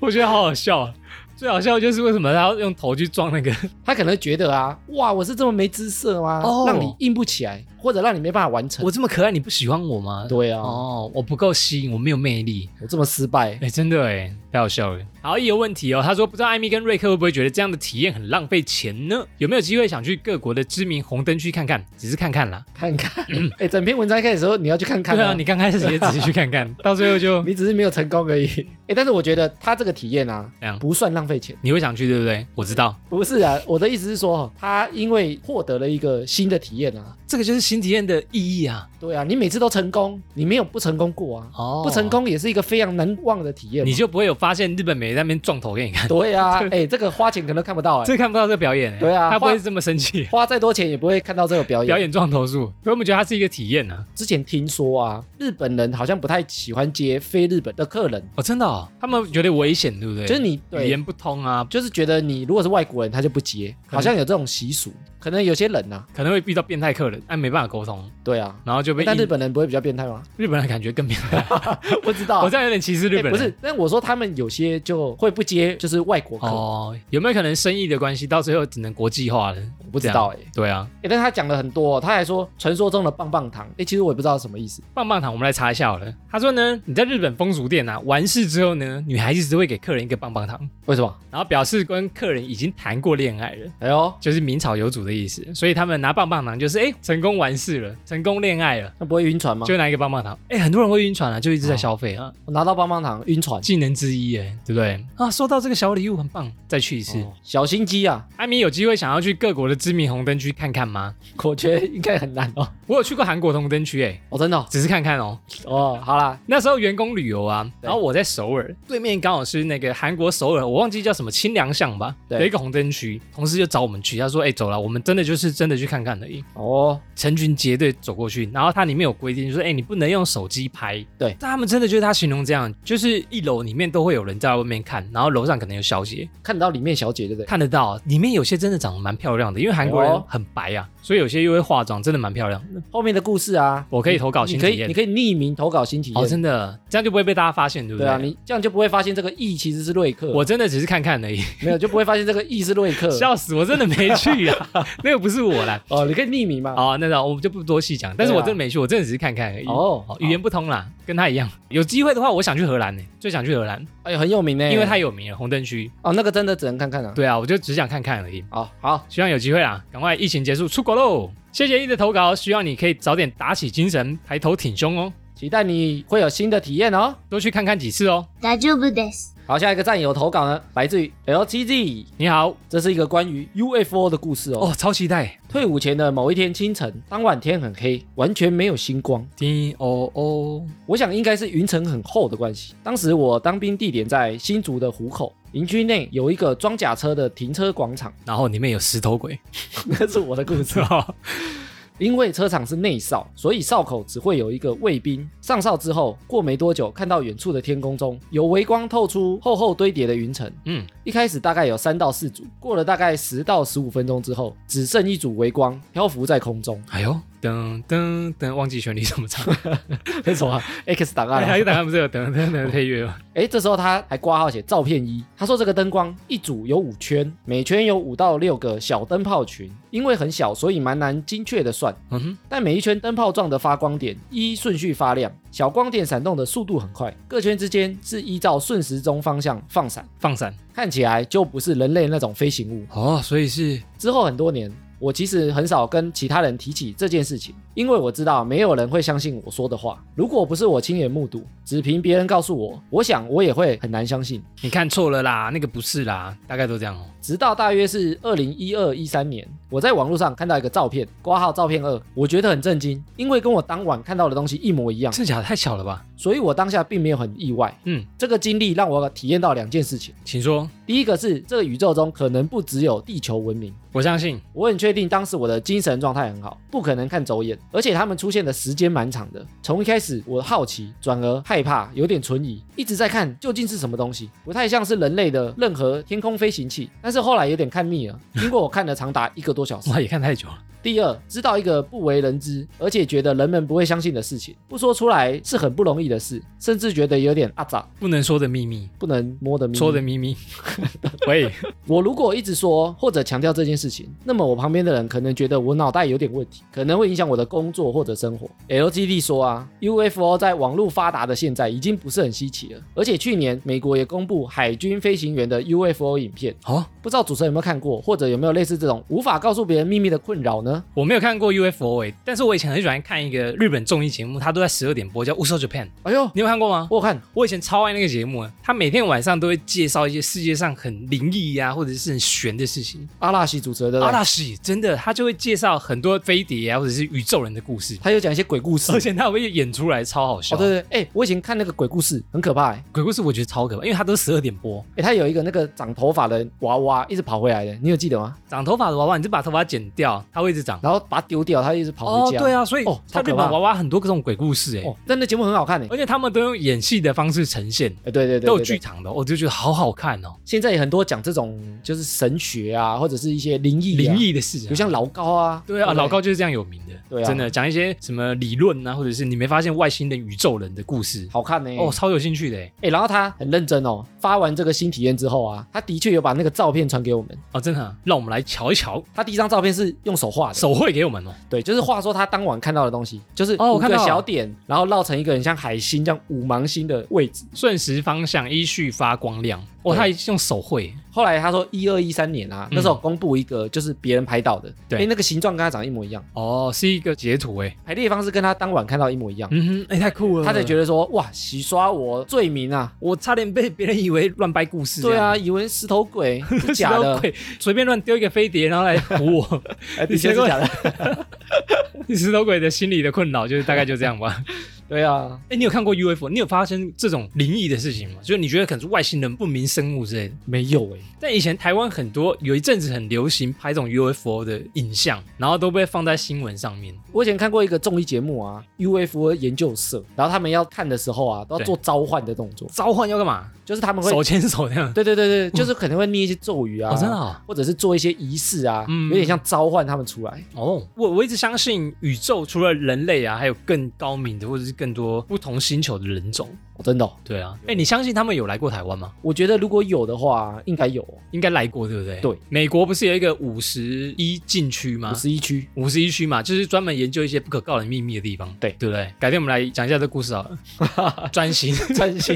[SPEAKER 2] 我觉得好好笑啊。最好笑的就是为什么他要用头去撞那个
[SPEAKER 1] 他可能觉得啊，哇，我是这么没姿色吗？
[SPEAKER 2] 哦
[SPEAKER 1] 让你硬不起来，或者让你没办法完成。
[SPEAKER 2] 我这么可爱，你不喜欢我 吗？
[SPEAKER 1] 对啊，
[SPEAKER 2] 哦，我不够吸引，我没有魅力。
[SPEAKER 1] 我这么失败，
[SPEAKER 2] 哎，真的哎，太好笑了。好，一个问题哦，他说不知道艾米跟瑞克会不会觉得这样的体验很浪费钱呢？有没有机会想去各国的知名红灯区看看？只是看看啦。
[SPEAKER 1] 看 看。哎、整篇文章一开始的时候你要去看看、
[SPEAKER 2] 对啊，你刚开始也只是去看 看，到最后就
[SPEAKER 1] 你只是没有成功而已。哎、但是我觉得他这个体验啊
[SPEAKER 2] 怎样，
[SPEAKER 1] 不算浪费钱。
[SPEAKER 2] 你会想去，对不对？我知道，
[SPEAKER 1] 不是啊，我的意思是说，他因为获得了一个新的体验啊。
[SPEAKER 2] 这个就是新体验的意义啊。
[SPEAKER 1] 对啊，你每次都成功，你没有不成功过啊。
[SPEAKER 2] 哦
[SPEAKER 1] 不成，功也是一个非常难忘的体验嘛。
[SPEAKER 2] 你就不会有发现日本美在那边撞头给你看。
[SPEAKER 1] 对 啊，哎、这个花钱可能看不到哎、
[SPEAKER 2] 这看不到这表演、欸，
[SPEAKER 1] 对啊
[SPEAKER 2] 他不会这么生气。
[SPEAKER 1] 花再多钱也不会看到这个表演。
[SPEAKER 2] 表演撞头术，所以我们觉得它是一个体验呢、啊。
[SPEAKER 1] 之前听说啊，日本人好像不太喜欢接非日本的客人，
[SPEAKER 2] 哦，真的、哦，他们觉得危险，对不对？
[SPEAKER 1] 就是你
[SPEAKER 2] 语
[SPEAKER 1] 对，
[SPEAKER 2] 言嗯不通啊，
[SPEAKER 1] 就是觉得你如果是外国人，他就不接，
[SPEAKER 2] 能
[SPEAKER 1] 好像有这种习俗。可能有些人呐、啊，
[SPEAKER 2] 可能会遇到变态客人，哎，没办法沟通，
[SPEAKER 1] 对啊，
[SPEAKER 2] 然后就被
[SPEAKER 1] 但
[SPEAKER 2] 印
[SPEAKER 1] 日本人不会比较变态吗？
[SPEAKER 2] 日本人感觉更变 态。
[SPEAKER 1] 不知道，
[SPEAKER 2] 我这样有点歧视日
[SPEAKER 1] 哎
[SPEAKER 2] 本人。
[SPEAKER 1] 不是，但我说他们有些就会不接，就是外国客，
[SPEAKER 2] 哦，有没有可能生意的关系，到最后只能国际化了？
[SPEAKER 1] 我不知道哎、
[SPEAKER 2] 对啊，
[SPEAKER 1] 哎但是他讲了很多、哦，他还说传说中的棒棒糖，哎、其实我也不知道什么意思。
[SPEAKER 2] 棒棒糖，我们来查一下好了。他说呢，你在日本风俗店啊，完事之后呢，女孩子只会给客人一个棒棒糖，
[SPEAKER 1] 为什么？
[SPEAKER 2] 然后表示跟客人已经谈过恋爱了。
[SPEAKER 1] 哎呦，
[SPEAKER 2] 就是明朝有主的意思，所以他们拿棒棒糖就是哎、成功完事了，成功恋爱了，
[SPEAKER 1] 那不会晕船吗？
[SPEAKER 2] 就拿一个棒棒糖。哎、很多人会晕船啊，就一直在消费啊，
[SPEAKER 1] 我拿到棒棒糖晕船，
[SPEAKER 2] 技能之一哎，对不对？啊，收到这个小礼物很棒，再去一次。
[SPEAKER 1] 哦小心机啊，
[SPEAKER 2] 艾米有机会想要去各国的知名红灯区看看吗？
[SPEAKER 1] 我觉得应该很难哦。
[SPEAKER 2] 我有去过韩国红灯区哎、
[SPEAKER 1] 哦，真的哦，
[SPEAKER 2] 只是看看哦。
[SPEAKER 1] 哦好啦，
[SPEAKER 2] 那时候员工旅游啊，
[SPEAKER 1] 对
[SPEAKER 2] 然后我在首尔对面刚好是那个韩国首尔，我忘记叫什么清凉巷吧，
[SPEAKER 1] 对
[SPEAKER 2] 有一个红灯区，同事就找我们去，他说：“哎、走了，我们真的就是真的去看看而已。
[SPEAKER 1] 哦，”
[SPEAKER 2] 成群结队走过去，然后它里面有规定，就是哎、你不能用手机拍。
[SPEAKER 1] 对
[SPEAKER 2] 但他们真的就是他形容这样，就是一楼里面都会有人在外面看，然后楼上可能有小姐
[SPEAKER 1] 看得到里面小姐对不对？
[SPEAKER 2] 看得到，里面有些真的长得蛮漂亮的，因为韩国
[SPEAKER 1] 哎
[SPEAKER 2] 人
[SPEAKER 1] 呦
[SPEAKER 2] 很白啊，所以有些又会化妆，真的蛮漂亮的。
[SPEAKER 1] 后面的故事啊，
[SPEAKER 2] 我可以投稿
[SPEAKER 1] 你
[SPEAKER 2] 新
[SPEAKER 1] 可
[SPEAKER 2] 体
[SPEAKER 1] 以
[SPEAKER 2] 验
[SPEAKER 1] 你。可以匿名投稿新体验，
[SPEAKER 2] 哦，真的，这样就不会被大家发现，对不
[SPEAKER 1] 对啊，你这样就不会发现这个 E 其实是瑞克，
[SPEAKER 2] 我真的只是看看而已，
[SPEAKER 1] 没有就不会发现这个 E 是瑞克
[SPEAKER 2] 哦笑死！我真的没去啊， 那个不是我啦。
[SPEAKER 1] 哦，你可以匿名嘛？
[SPEAKER 2] 哦，那个我们就不多细讲，但是
[SPEAKER 1] 对啊
[SPEAKER 2] 我真的没去，我真的只是看看而已。
[SPEAKER 1] 哦
[SPEAKER 2] 哦，语言不通啦，跟他一样。有机会的话，我想去荷兰呢，欸最想去荷兰，
[SPEAKER 1] 哎很有名呢，
[SPEAKER 2] 因为太有名了，红灯区。
[SPEAKER 1] 哦那个真的只能看看了。
[SPEAKER 2] 对啊，我就只想看看而已。
[SPEAKER 1] 好好，
[SPEAKER 2] 希望有机会啦，赶快疫情结束出国喽！谢谢一的投稿，希望你可以早点打起精神，抬头挺胸哦，
[SPEAKER 1] 期待你会有新的体验哦。
[SPEAKER 2] 多去看看几次哦。
[SPEAKER 3] 大丈夫です。
[SPEAKER 1] 好，下一个战友投稿呢，来自于 LTZ，
[SPEAKER 2] 你好，
[SPEAKER 1] 这是一个关于 UFO 的故事哦。
[SPEAKER 2] 哦，超期待
[SPEAKER 1] 退伍前的某一天清晨，当晚天很黑，完全没有星光，
[SPEAKER 2] D O O，
[SPEAKER 1] 我想应该是云层很厚的关系。当时我当兵地点在新竹的湖口，营区内有一个装甲车的停车广场，
[SPEAKER 2] 然后里面有石头 鬼，
[SPEAKER 1] 那是我的故事。
[SPEAKER 2] 哦
[SPEAKER 1] 因为车厂是内哨，所以哨口只会有一个卫兵。上哨之后，过没多久，看到远处的天空中有微光透出厚厚堆叠的云层。
[SPEAKER 2] 嗯，
[SPEAKER 1] 一开始大概有三到四组，过了大概十到十五分钟之后，只剩一组微光漂浮在空中。
[SPEAKER 2] 哎呦，噔噔噔，忘记旋律怎么 唱，
[SPEAKER 1] 为什么 X 档案、
[SPEAKER 2] 哎
[SPEAKER 1] 啊？
[SPEAKER 2] 还有档案不是有噔噔噔配乐吗？
[SPEAKER 1] 诶，这时候他还挂号写照片一，他说这个灯光一组有五圈，每圈有五到六个小灯泡群，因为很小，所以蛮难精确的算。
[SPEAKER 2] 嗯哼，
[SPEAKER 1] 但每一圈灯泡状的发光点依顺序发亮，小光点闪动的速度很快，各圈之间是依照顺时钟方向放闪，
[SPEAKER 2] 放闪
[SPEAKER 1] 看起来就不是人类那种飞行物。
[SPEAKER 2] 哦，所以是
[SPEAKER 1] 之后很多年，我其实很少跟其他人提起这件事情，因为我知道没有人会相信我说的话。如果不是我亲眼目睹，只凭别人告诉我，我想我也会很难相信。
[SPEAKER 2] 你看错了啦，那个不是啦，大概都这样哦。
[SPEAKER 1] 直到大约是二零一二一三年，我在网络上看到一个照片，挂号照片二，我觉得很震惊，因为跟我当晚看到的东西一模一样，
[SPEAKER 2] 这啊假的太巧了吧？
[SPEAKER 1] 所以我当下并没有很意外。
[SPEAKER 2] 嗯，
[SPEAKER 1] 这个经历让我体验到两件事情，
[SPEAKER 2] 请说，
[SPEAKER 1] 第一个是这个宇宙中可能不只有地球文明。
[SPEAKER 2] 我相信。
[SPEAKER 1] 我很确定当时我的精神状态很好，不可能看走眼，而且他们出现的时间蛮长的。从一开始我好奇，转而害怕，有点存疑，一直在看究竟是什么东西，不太像是人类的任何天空飞行器。但是后来有点看腻了，因为我看了长达一个多小时。
[SPEAKER 2] 哇，也看太久了。
[SPEAKER 1] 第二，知道一个不为人知，而且觉得人们不会相信的事情，不说出来是很不容易的事，甚至觉得有点阿杂，
[SPEAKER 2] 不能说的秘密，
[SPEAKER 1] 不能摸的秘密
[SPEAKER 2] 说的秘 密。喂，
[SPEAKER 1] 我如果一直说或者强调这件事情，那么我旁边的人可能觉得我脑袋有点问题，可能会影响我的工作或者生活。LGD 说啊，UFO 在网络发达的现在已经不是很稀奇了，而且去年美国也公布海军飞行员的 UFO 影片，
[SPEAKER 2] 哦，
[SPEAKER 1] 不知道主持人有没有看过，或者有没有类似这种无法告诉别人秘密的困扰呢？
[SPEAKER 2] 我没有看过 UFO 哎、但是我以前很喜欢看一个日本综艺节目，它都在十二点播，叫《Uso Japan》，
[SPEAKER 1] 哎呦，
[SPEAKER 2] 你有看过吗？
[SPEAKER 1] 我有看，
[SPEAKER 2] 我以前超爱那个节目啊，他每天晚上都会介绍一些世界上很灵异啊，或者是很玄的事情。
[SPEAKER 1] 阿拉西主持的，对不
[SPEAKER 2] 阿
[SPEAKER 1] 对
[SPEAKER 2] 拉西真的，他就会介绍很多飞碟啊，或者是宇宙人的故事，
[SPEAKER 1] 他有讲一些鬼故事。
[SPEAKER 2] 而且他会演出来超好
[SPEAKER 1] 嗯
[SPEAKER 2] 笑。
[SPEAKER 1] 哦，对对，对哎、我以前看那个鬼故事很可怕、哎，
[SPEAKER 2] 鬼故事我觉得超可怕，因为他都是十二点播。
[SPEAKER 1] 哎，他有一个那个长头发的娃娃一直跑回来的，你有记得吗？
[SPEAKER 2] 长头发的娃娃，你就把头发剪掉，它会一直长。
[SPEAKER 1] 然后把它丢掉，他一直跑
[SPEAKER 2] 哦
[SPEAKER 1] 回，家。
[SPEAKER 2] 对啊，所以
[SPEAKER 1] 哦超
[SPEAKER 2] 他日
[SPEAKER 1] 可
[SPEAKER 2] 本
[SPEAKER 1] 怕
[SPEAKER 2] 娃娃很多各种鬼故事哎、
[SPEAKER 1] 哦，但那节目很好看诶。
[SPEAKER 2] 而且他们都用演戏的方式呈现，
[SPEAKER 1] 哎，对对对，
[SPEAKER 2] 都有
[SPEAKER 1] 对
[SPEAKER 2] 剧
[SPEAKER 1] 对
[SPEAKER 2] 场的，我就觉得好好看哦。
[SPEAKER 1] 现在也很多讲这种就是神学啊，或者是一些灵异、
[SPEAKER 2] 灵，异的事、
[SPEAKER 1] 比
[SPEAKER 2] 啊
[SPEAKER 1] 如，像老高啊，
[SPEAKER 2] 对啊，
[SPEAKER 1] 不
[SPEAKER 2] 老高就是这样有名的，
[SPEAKER 1] 对啊
[SPEAKER 2] 真的讲一些什么理论啊，或者是你没发现外星人、宇宙人的故事，
[SPEAKER 1] 好看呢。
[SPEAKER 2] 哦，
[SPEAKER 1] 哦，
[SPEAKER 2] 超有兴趣的哎，
[SPEAKER 1] 哎，然后他很认真哦，发完这个新体验之后啊，他的确有把那个照片传给我们。
[SPEAKER 2] 哦，真的啊，让我们来瞧一瞧，
[SPEAKER 1] 他第一张照片是用手画的，
[SPEAKER 2] 手绘给我们哦，
[SPEAKER 1] 对，就是画说他当晚看到的东西，就是
[SPEAKER 2] 哦我
[SPEAKER 1] 五
[SPEAKER 2] 看
[SPEAKER 1] 个
[SPEAKER 2] 到了
[SPEAKER 1] 小点，然后绕成一个很像海星这样五芒星的位置。
[SPEAKER 2] 顺时方向依序发光亮，哦，
[SPEAKER 1] 对
[SPEAKER 2] 他用手绘，
[SPEAKER 1] 后来他说一二一三年啊，那时候公布一个就是别人拍到的，
[SPEAKER 2] 嗯对
[SPEAKER 1] 哎，那个形状跟他长得一模一样，
[SPEAKER 2] 哦，是一个截图哎，
[SPEAKER 1] 排列方式跟他当晚看到一模一样。
[SPEAKER 2] 嗯哼，哎，太酷了，
[SPEAKER 1] 他才觉
[SPEAKER 2] 得
[SPEAKER 1] 得说，哇，洗刷我罪名啊！
[SPEAKER 2] 我差点被别人以为乱掰故事，
[SPEAKER 1] 对啊，，以为石头 鬼是假
[SPEAKER 2] 假的，
[SPEAKER 1] 的，
[SPEAKER 2] 鬼随便乱丢一个飞碟，然后来唬 我，
[SPEAKER 1] 哎的确是假的。
[SPEAKER 2] 石头鬼的心理的困扰就是大概就这样吧。
[SPEAKER 1] 对啊，
[SPEAKER 2] 哎、你有看过 UFO？你有发生这种灵异的事情吗？就是你觉得可能是外星人、不明生物之类的。
[SPEAKER 1] 没有哎、
[SPEAKER 2] 但以前台湾很多有一阵子很流行拍这种 UFO 的影像，然后都被放在新闻上面。
[SPEAKER 1] 我以前看过一个综艺节目啊，UFO 研究社，然后他们要看的时候啊，都要
[SPEAKER 2] 对
[SPEAKER 1] 做召唤的动作，
[SPEAKER 2] 召唤要干嘛？
[SPEAKER 1] 就是他们会，
[SPEAKER 2] 手牵手这样？
[SPEAKER 1] 对对对 对，就是可能会念一些咒语啊，
[SPEAKER 2] 哦，真的哦。
[SPEAKER 1] 或者是做一些仪式啊，
[SPEAKER 2] 嗯
[SPEAKER 1] 有点像召唤他们出来。
[SPEAKER 2] 哦，我我一直相信宇宙除了人类啊，还有更高明的，或者是更多不同星球的人种。
[SPEAKER 1] 哦、真的哦、
[SPEAKER 2] 对啊，哎、你相信他们有来过台湾吗？
[SPEAKER 1] 我觉得如果有的话，应该有哦
[SPEAKER 2] 应该来过，对不对？
[SPEAKER 1] 对，
[SPEAKER 2] 美国不是有一个五十一禁区吗
[SPEAKER 1] 五？十一区。
[SPEAKER 2] 五十一区嘛，就是专门研究一些不可告人秘密的地方，
[SPEAKER 1] 对
[SPEAKER 2] 对不对？改天我们来讲一下这故事好了，专心。
[SPEAKER 1] 真 心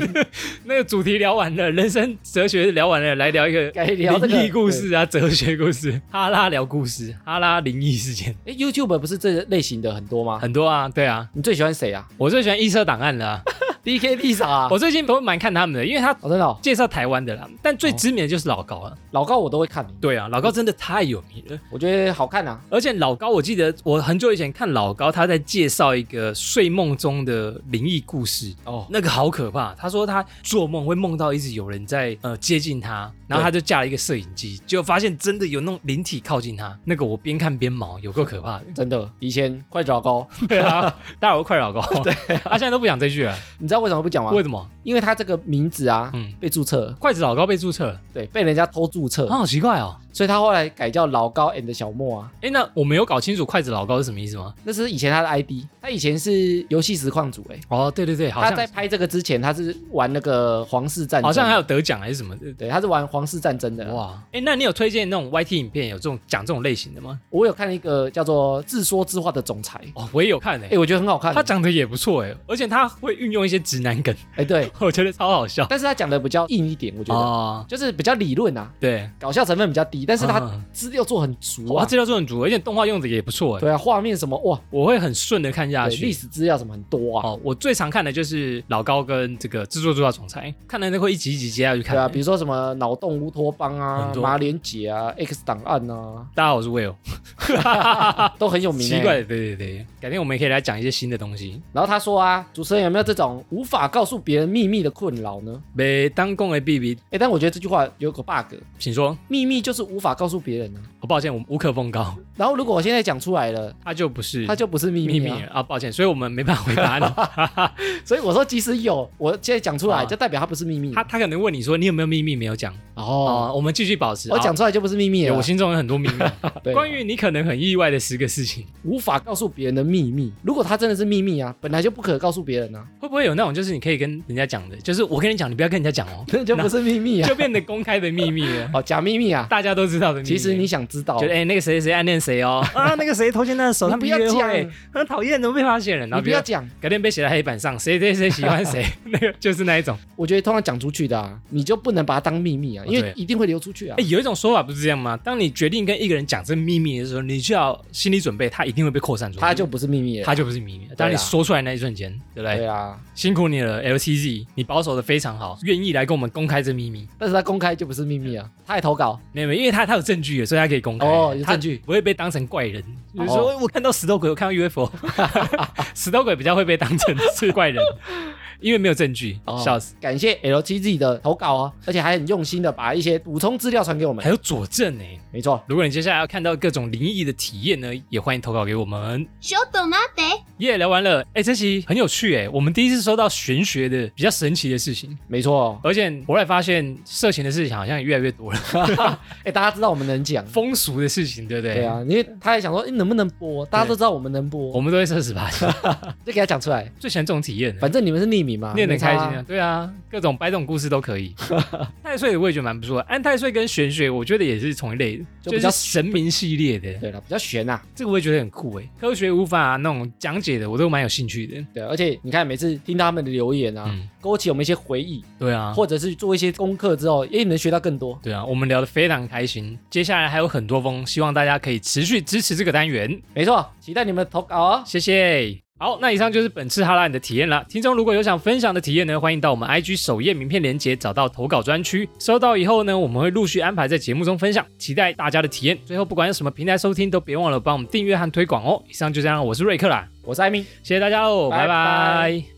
[SPEAKER 2] 那个主题聊完了，人生哲学聊完了，来聊一个
[SPEAKER 1] 该聊这个
[SPEAKER 2] 灵异故事啊，哲学故事，哈拉聊故事，哈拉灵异事件
[SPEAKER 1] 哎，YouTube 不是这类型的很多吗？
[SPEAKER 2] 很多啊，对啊，
[SPEAKER 1] 你最喜欢谁啊
[SPEAKER 2] 我最喜欢异色档案了啊、
[SPEAKER 1] ？DK 披萨啊？
[SPEAKER 2] 我最近都蛮看他们的，因为他
[SPEAKER 1] 哦，真的、哦，
[SPEAKER 2] 介绍台湾的啦，但最知名的就是老高啊，
[SPEAKER 1] 老高我都会看，
[SPEAKER 2] 对啊，老高真的太有名了。
[SPEAKER 1] 我觉得好看啊。
[SPEAKER 2] 而且老高，我记得我很久以前看老高，他在介绍一个睡梦中的灵异故事，
[SPEAKER 1] 哦，。
[SPEAKER 2] 那个好可怕。他说他做梦会梦到一直有人在呃接近他，然后他就架了一个摄影机，结果发现真的有那种灵体靠近他。 那个我边看边毛，有够可怕的
[SPEAKER 1] 真的，以前快找高，
[SPEAKER 2] 对啊，大伙快老高。 对、他现在都不讲这句了，
[SPEAKER 1] 你知道为什么不讲吗？
[SPEAKER 2] 为什么？
[SPEAKER 1] 因为他这个名字啊，
[SPEAKER 2] 嗯，
[SPEAKER 1] 被注册了，
[SPEAKER 2] 筷子老高被注册了，
[SPEAKER 1] 对，被人家偷注册，
[SPEAKER 2] 啊，好奇怪哦。
[SPEAKER 1] 所以他后来改叫老高 and 小莫啊，
[SPEAKER 2] 哎，那我没有搞清楚筷子老高是什么意思吗？
[SPEAKER 1] 那是以前他的 ID，他以前是游戏实况组哎、
[SPEAKER 2] 哦，对对对，好
[SPEAKER 1] 他
[SPEAKER 2] 像
[SPEAKER 1] 在拍这个之前，他是玩那个皇室战争，
[SPEAKER 2] 好像还有得奖还是什么的。
[SPEAKER 1] 对，他是玩皇室战争的。啊哇，
[SPEAKER 2] 哇，哎，那你有推荐那种 YT 影片有这种讲这种类型的吗？
[SPEAKER 1] 我有看一个叫做《自说自话的总裁》，
[SPEAKER 2] 哦，我也 有看诶、
[SPEAKER 1] 哎、我觉得很好看。
[SPEAKER 2] 他讲的也不错诶、而且他会运用一些直男梗，
[SPEAKER 1] 哎、对，
[SPEAKER 2] 我 觉得超好笑。
[SPEAKER 1] 但是他讲的比较硬一点，我觉得、
[SPEAKER 2] 哦，
[SPEAKER 1] 就是比较理论啊，
[SPEAKER 2] 对，
[SPEAKER 1] 搞笑成分比较低力，但是它
[SPEAKER 2] 啊
[SPEAKER 1] 资料做很足
[SPEAKER 2] 哇，
[SPEAKER 1] 啊。
[SPEAKER 2] 资料做很足，而且动画用的也不错哎，
[SPEAKER 1] 对啊，画面什么哇，
[SPEAKER 2] 我会很顺的看下
[SPEAKER 1] 对历
[SPEAKER 2] 去。
[SPEAKER 1] 史资料什么很多啊。
[SPEAKER 2] 哦，我最常看的就是老高跟这个制作组的总裁，看的那会一集一集接下去看。
[SPEAKER 1] 对啊，比如说什么脑洞乌托邦啊
[SPEAKER 2] 很、多
[SPEAKER 1] 马连姐啊、X 档案啊，
[SPEAKER 2] 大家好，我是 Will，
[SPEAKER 1] 都很有名、欸。
[SPEAKER 2] 啊奇怪，对对对，改天我们也可以来讲一些新的东西。
[SPEAKER 1] 然后他说啊，主持人有没有这种无法告诉别人秘密的困扰呢？
[SPEAKER 2] 每当公的 B B，
[SPEAKER 1] 哎，但我觉得这句话有个 bug，
[SPEAKER 2] 请说。
[SPEAKER 1] 秘密就是无法告诉别人啊。
[SPEAKER 2] 我抱歉，我无可奉告，
[SPEAKER 1] 然后如果我现在讲出来了，
[SPEAKER 2] 他就不是，
[SPEAKER 1] 它就不是秘密,、啊、
[SPEAKER 2] 了嗯啊，抱歉，所以我们没办法回 答你。
[SPEAKER 1] 所以我说，即使有，我现在讲出来，
[SPEAKER 2] 啊
[SPEAKER 1] 就代表它不是秘密。
[SPEAKER 2] 他他可能问你说你有没有秘密没有讲
[SPEAKER 1] 哦，
[SPEAKER 2] 哦，我们继续保持。
[SPEAKER 1] 我讲
[SPEAKER 2] 哦
[SPEAKER 1] 出来就不是秘密了。啊
[SPEAKER 2] 我心中有很多秘密，
[SPEAKER 1] 对
[SPEAKER 2] 关于你可能很意外的十个事情，
[SPEAKER 1] 无法告诉别人的秘密，如果它真的是秘密啊，本来就不可告诉别人 啊，
[SPEAKER 2] 会不会有那种就是你可以跟人家讲的，就是我跟你讲，你不要跟人家讲 哦，
[SPEAKER 1] 那就不是秘密啊
[SPEAKER 2] 就，变得公开的秘密了，
[SPEAKER 1] 哦，假秘密啊。
[SPEAKER 2] 大家都知道的秘密。
[SPEAKER 1] 其实你想知道
[SPEAKER 2] 觉，得哎、那个谁谁暗恋谁哦，啊，那个谁偷牵他的 手，
[SPEAKER 1] 你
[SPEAKER 2] 他
[SPEAKER 1] 不
[SPEAKER 2] 们
[SPEAKER 1] 要
[SPEAKER 2] 约
[SPEAKER 1] 讲，
[SPEAKER 2] 会，很讨厌，怎么被发现了？然
[SPEAKER 1] 你
[SPEAKER 2] 后
[SPEAKER 1] 不
[SPEAKER 2] 比
[SPEAKER 1] 要
[SPEAKER 2] 如
[SPEAKER 1] 讲。
[SPEAKER 2] 改天被写在黑板上，谁谁谁喜欢 谁，那个就是那一种。
[SPEAKER 1] 我觉得通常讲出去的啊，你就不能把它当秘密啊，
[SPEAKER 2] 哦
[SPEAKER 1] 因为
[SPEAKER 2] 对
[SPEAKER 1] 一定会流出去啊
[SPEAKER 2] 哎、。有一种说法不是这样吗？当你决定跟一个人讲这秘密的时候，你就要心理准备，他一定会被扩散出去，
[SPEAKER 1] 它就不是秘密了。
[SPEAKER 2] 他就不哎是秘密。当你说出来那一瞬间，对不对？
[SPEAKER 1] 对啊，
[SPEAKER 2] 辛苦你了，LCZ，你保守的非常好，愿意来跟我们公开这秘密。
[SPEAKER 1] 但是它公开就不是秘密啊，它还投稿，
[SPEAKER 2] 没有，没有因为他他有证据了，所以他可以公开。
[SPEAKER 1] 哦有
[SPEAKER 2] 他
[SPEAKER 1] 证据
[SPEAKER 2] 不会被当成怪人。比如
[SPEAKER 1] 哦
[SPEAKER 2] 说，哎我看到石头鬼，我看到 UFO，石头鬼比较会被当成是怪 人，因为没有证据，
[SPEAKER 1] 哦
[SPEAKER 2] 笑死。
[SPEAKER 1] 感谢 L 7 Z 的投稿啊，而且还很用心的把一些补充资料传给我们
[SPEAKER 2] 还。有佐证哎、
[SPEAKER 1] 没错，
[SPEAKER 2] 如果你接下来要看到各种灵异的体验呢，也欢迎投稿给我们。
[SPEAKER 3] ちょっと待って。
[SPEAKER 2] 耶、聊完了，哎、这期很有趣哎、我们第一次收到玄学的比较神奇的事情，
[SPEAKER 1] 没错。哦
[SPEAKER 2] 而且我来发现色情的事情好像也越来越多了，
[SPEAKER 1] 哎，大家知道我们能讲，
[SPEAKER 2] 风俗的事情，对不对？
[SPEAKER 1] 对，啊，因为他还想说，哎，能不能播？大家都知道我们能播
[SPEAKER 2] 我，们都会设十八禁，
[SPEAKER 1] 就给他讲出来。
[SPEAKER 2] 最喜欢这种体验了。
[SPEAKER 1] 反正你们是匿名嘛，
[SPEAKER 2] 念得
[SPEAKER 1] 没
[SPEAKER 2] 很
[SPEAKER 1] 差
[SPEAKER 2] 开
[SPEAKER 1] 啊
[SPEAKER 2] 心啊，对啊，各种掰这种故事都 可以。太岁我也觉得蛮不错的，安太岁跟玄学我觉得也是同一类的，
[SPEAKER 1] 就
[SPEAKER 2] 就
[SPEAKER 1] 比较
[SPEAKER 2] 是神明系列的，
[SPEAKER 1] 对了，比较悬啊，
[SPEAKER 2] 这个我也觉得很酷诶。科学无法那种讲解的，我都蛮有兴趣的。
[SPEAKER 1] 对，啊而且你看每次听他们的留言啊，
[SPEAKER 2] 嗯
[SPEAKER 1] 勾起我们一些回忆，
[SPEAKER 2] 对啊，
[SPEAKER 1] 或者是做一些功课之后，也能学到更多。
[SPEAKER 2] 对啊，我们聊得非常开心，接下来还有很多封，希望大家可以持续支持这个单元，
[SPEAKER 1] 没错，期待你们的投稿哦。
[SPEAKER 2] 谢谢。好，那以上就是本次哈拉你的体验啦。听众如果有想分享的体验呢，欢迎到我们 IG 首页名片连接找到投稿专区，收到以后呢，我们会陆续安排在节目中分享，期待大家的体验。最后，不管用什么平台收听，都别忘了帮我们订阅和推广哦。以上就这样，我是瑞克啦，
[SPEAKER 1] 我是艾明。
[SPEAKER 2] 谢谢大家喽，
[SPEAKER 1] 拜拜
[SPEAKER 2] 拜拜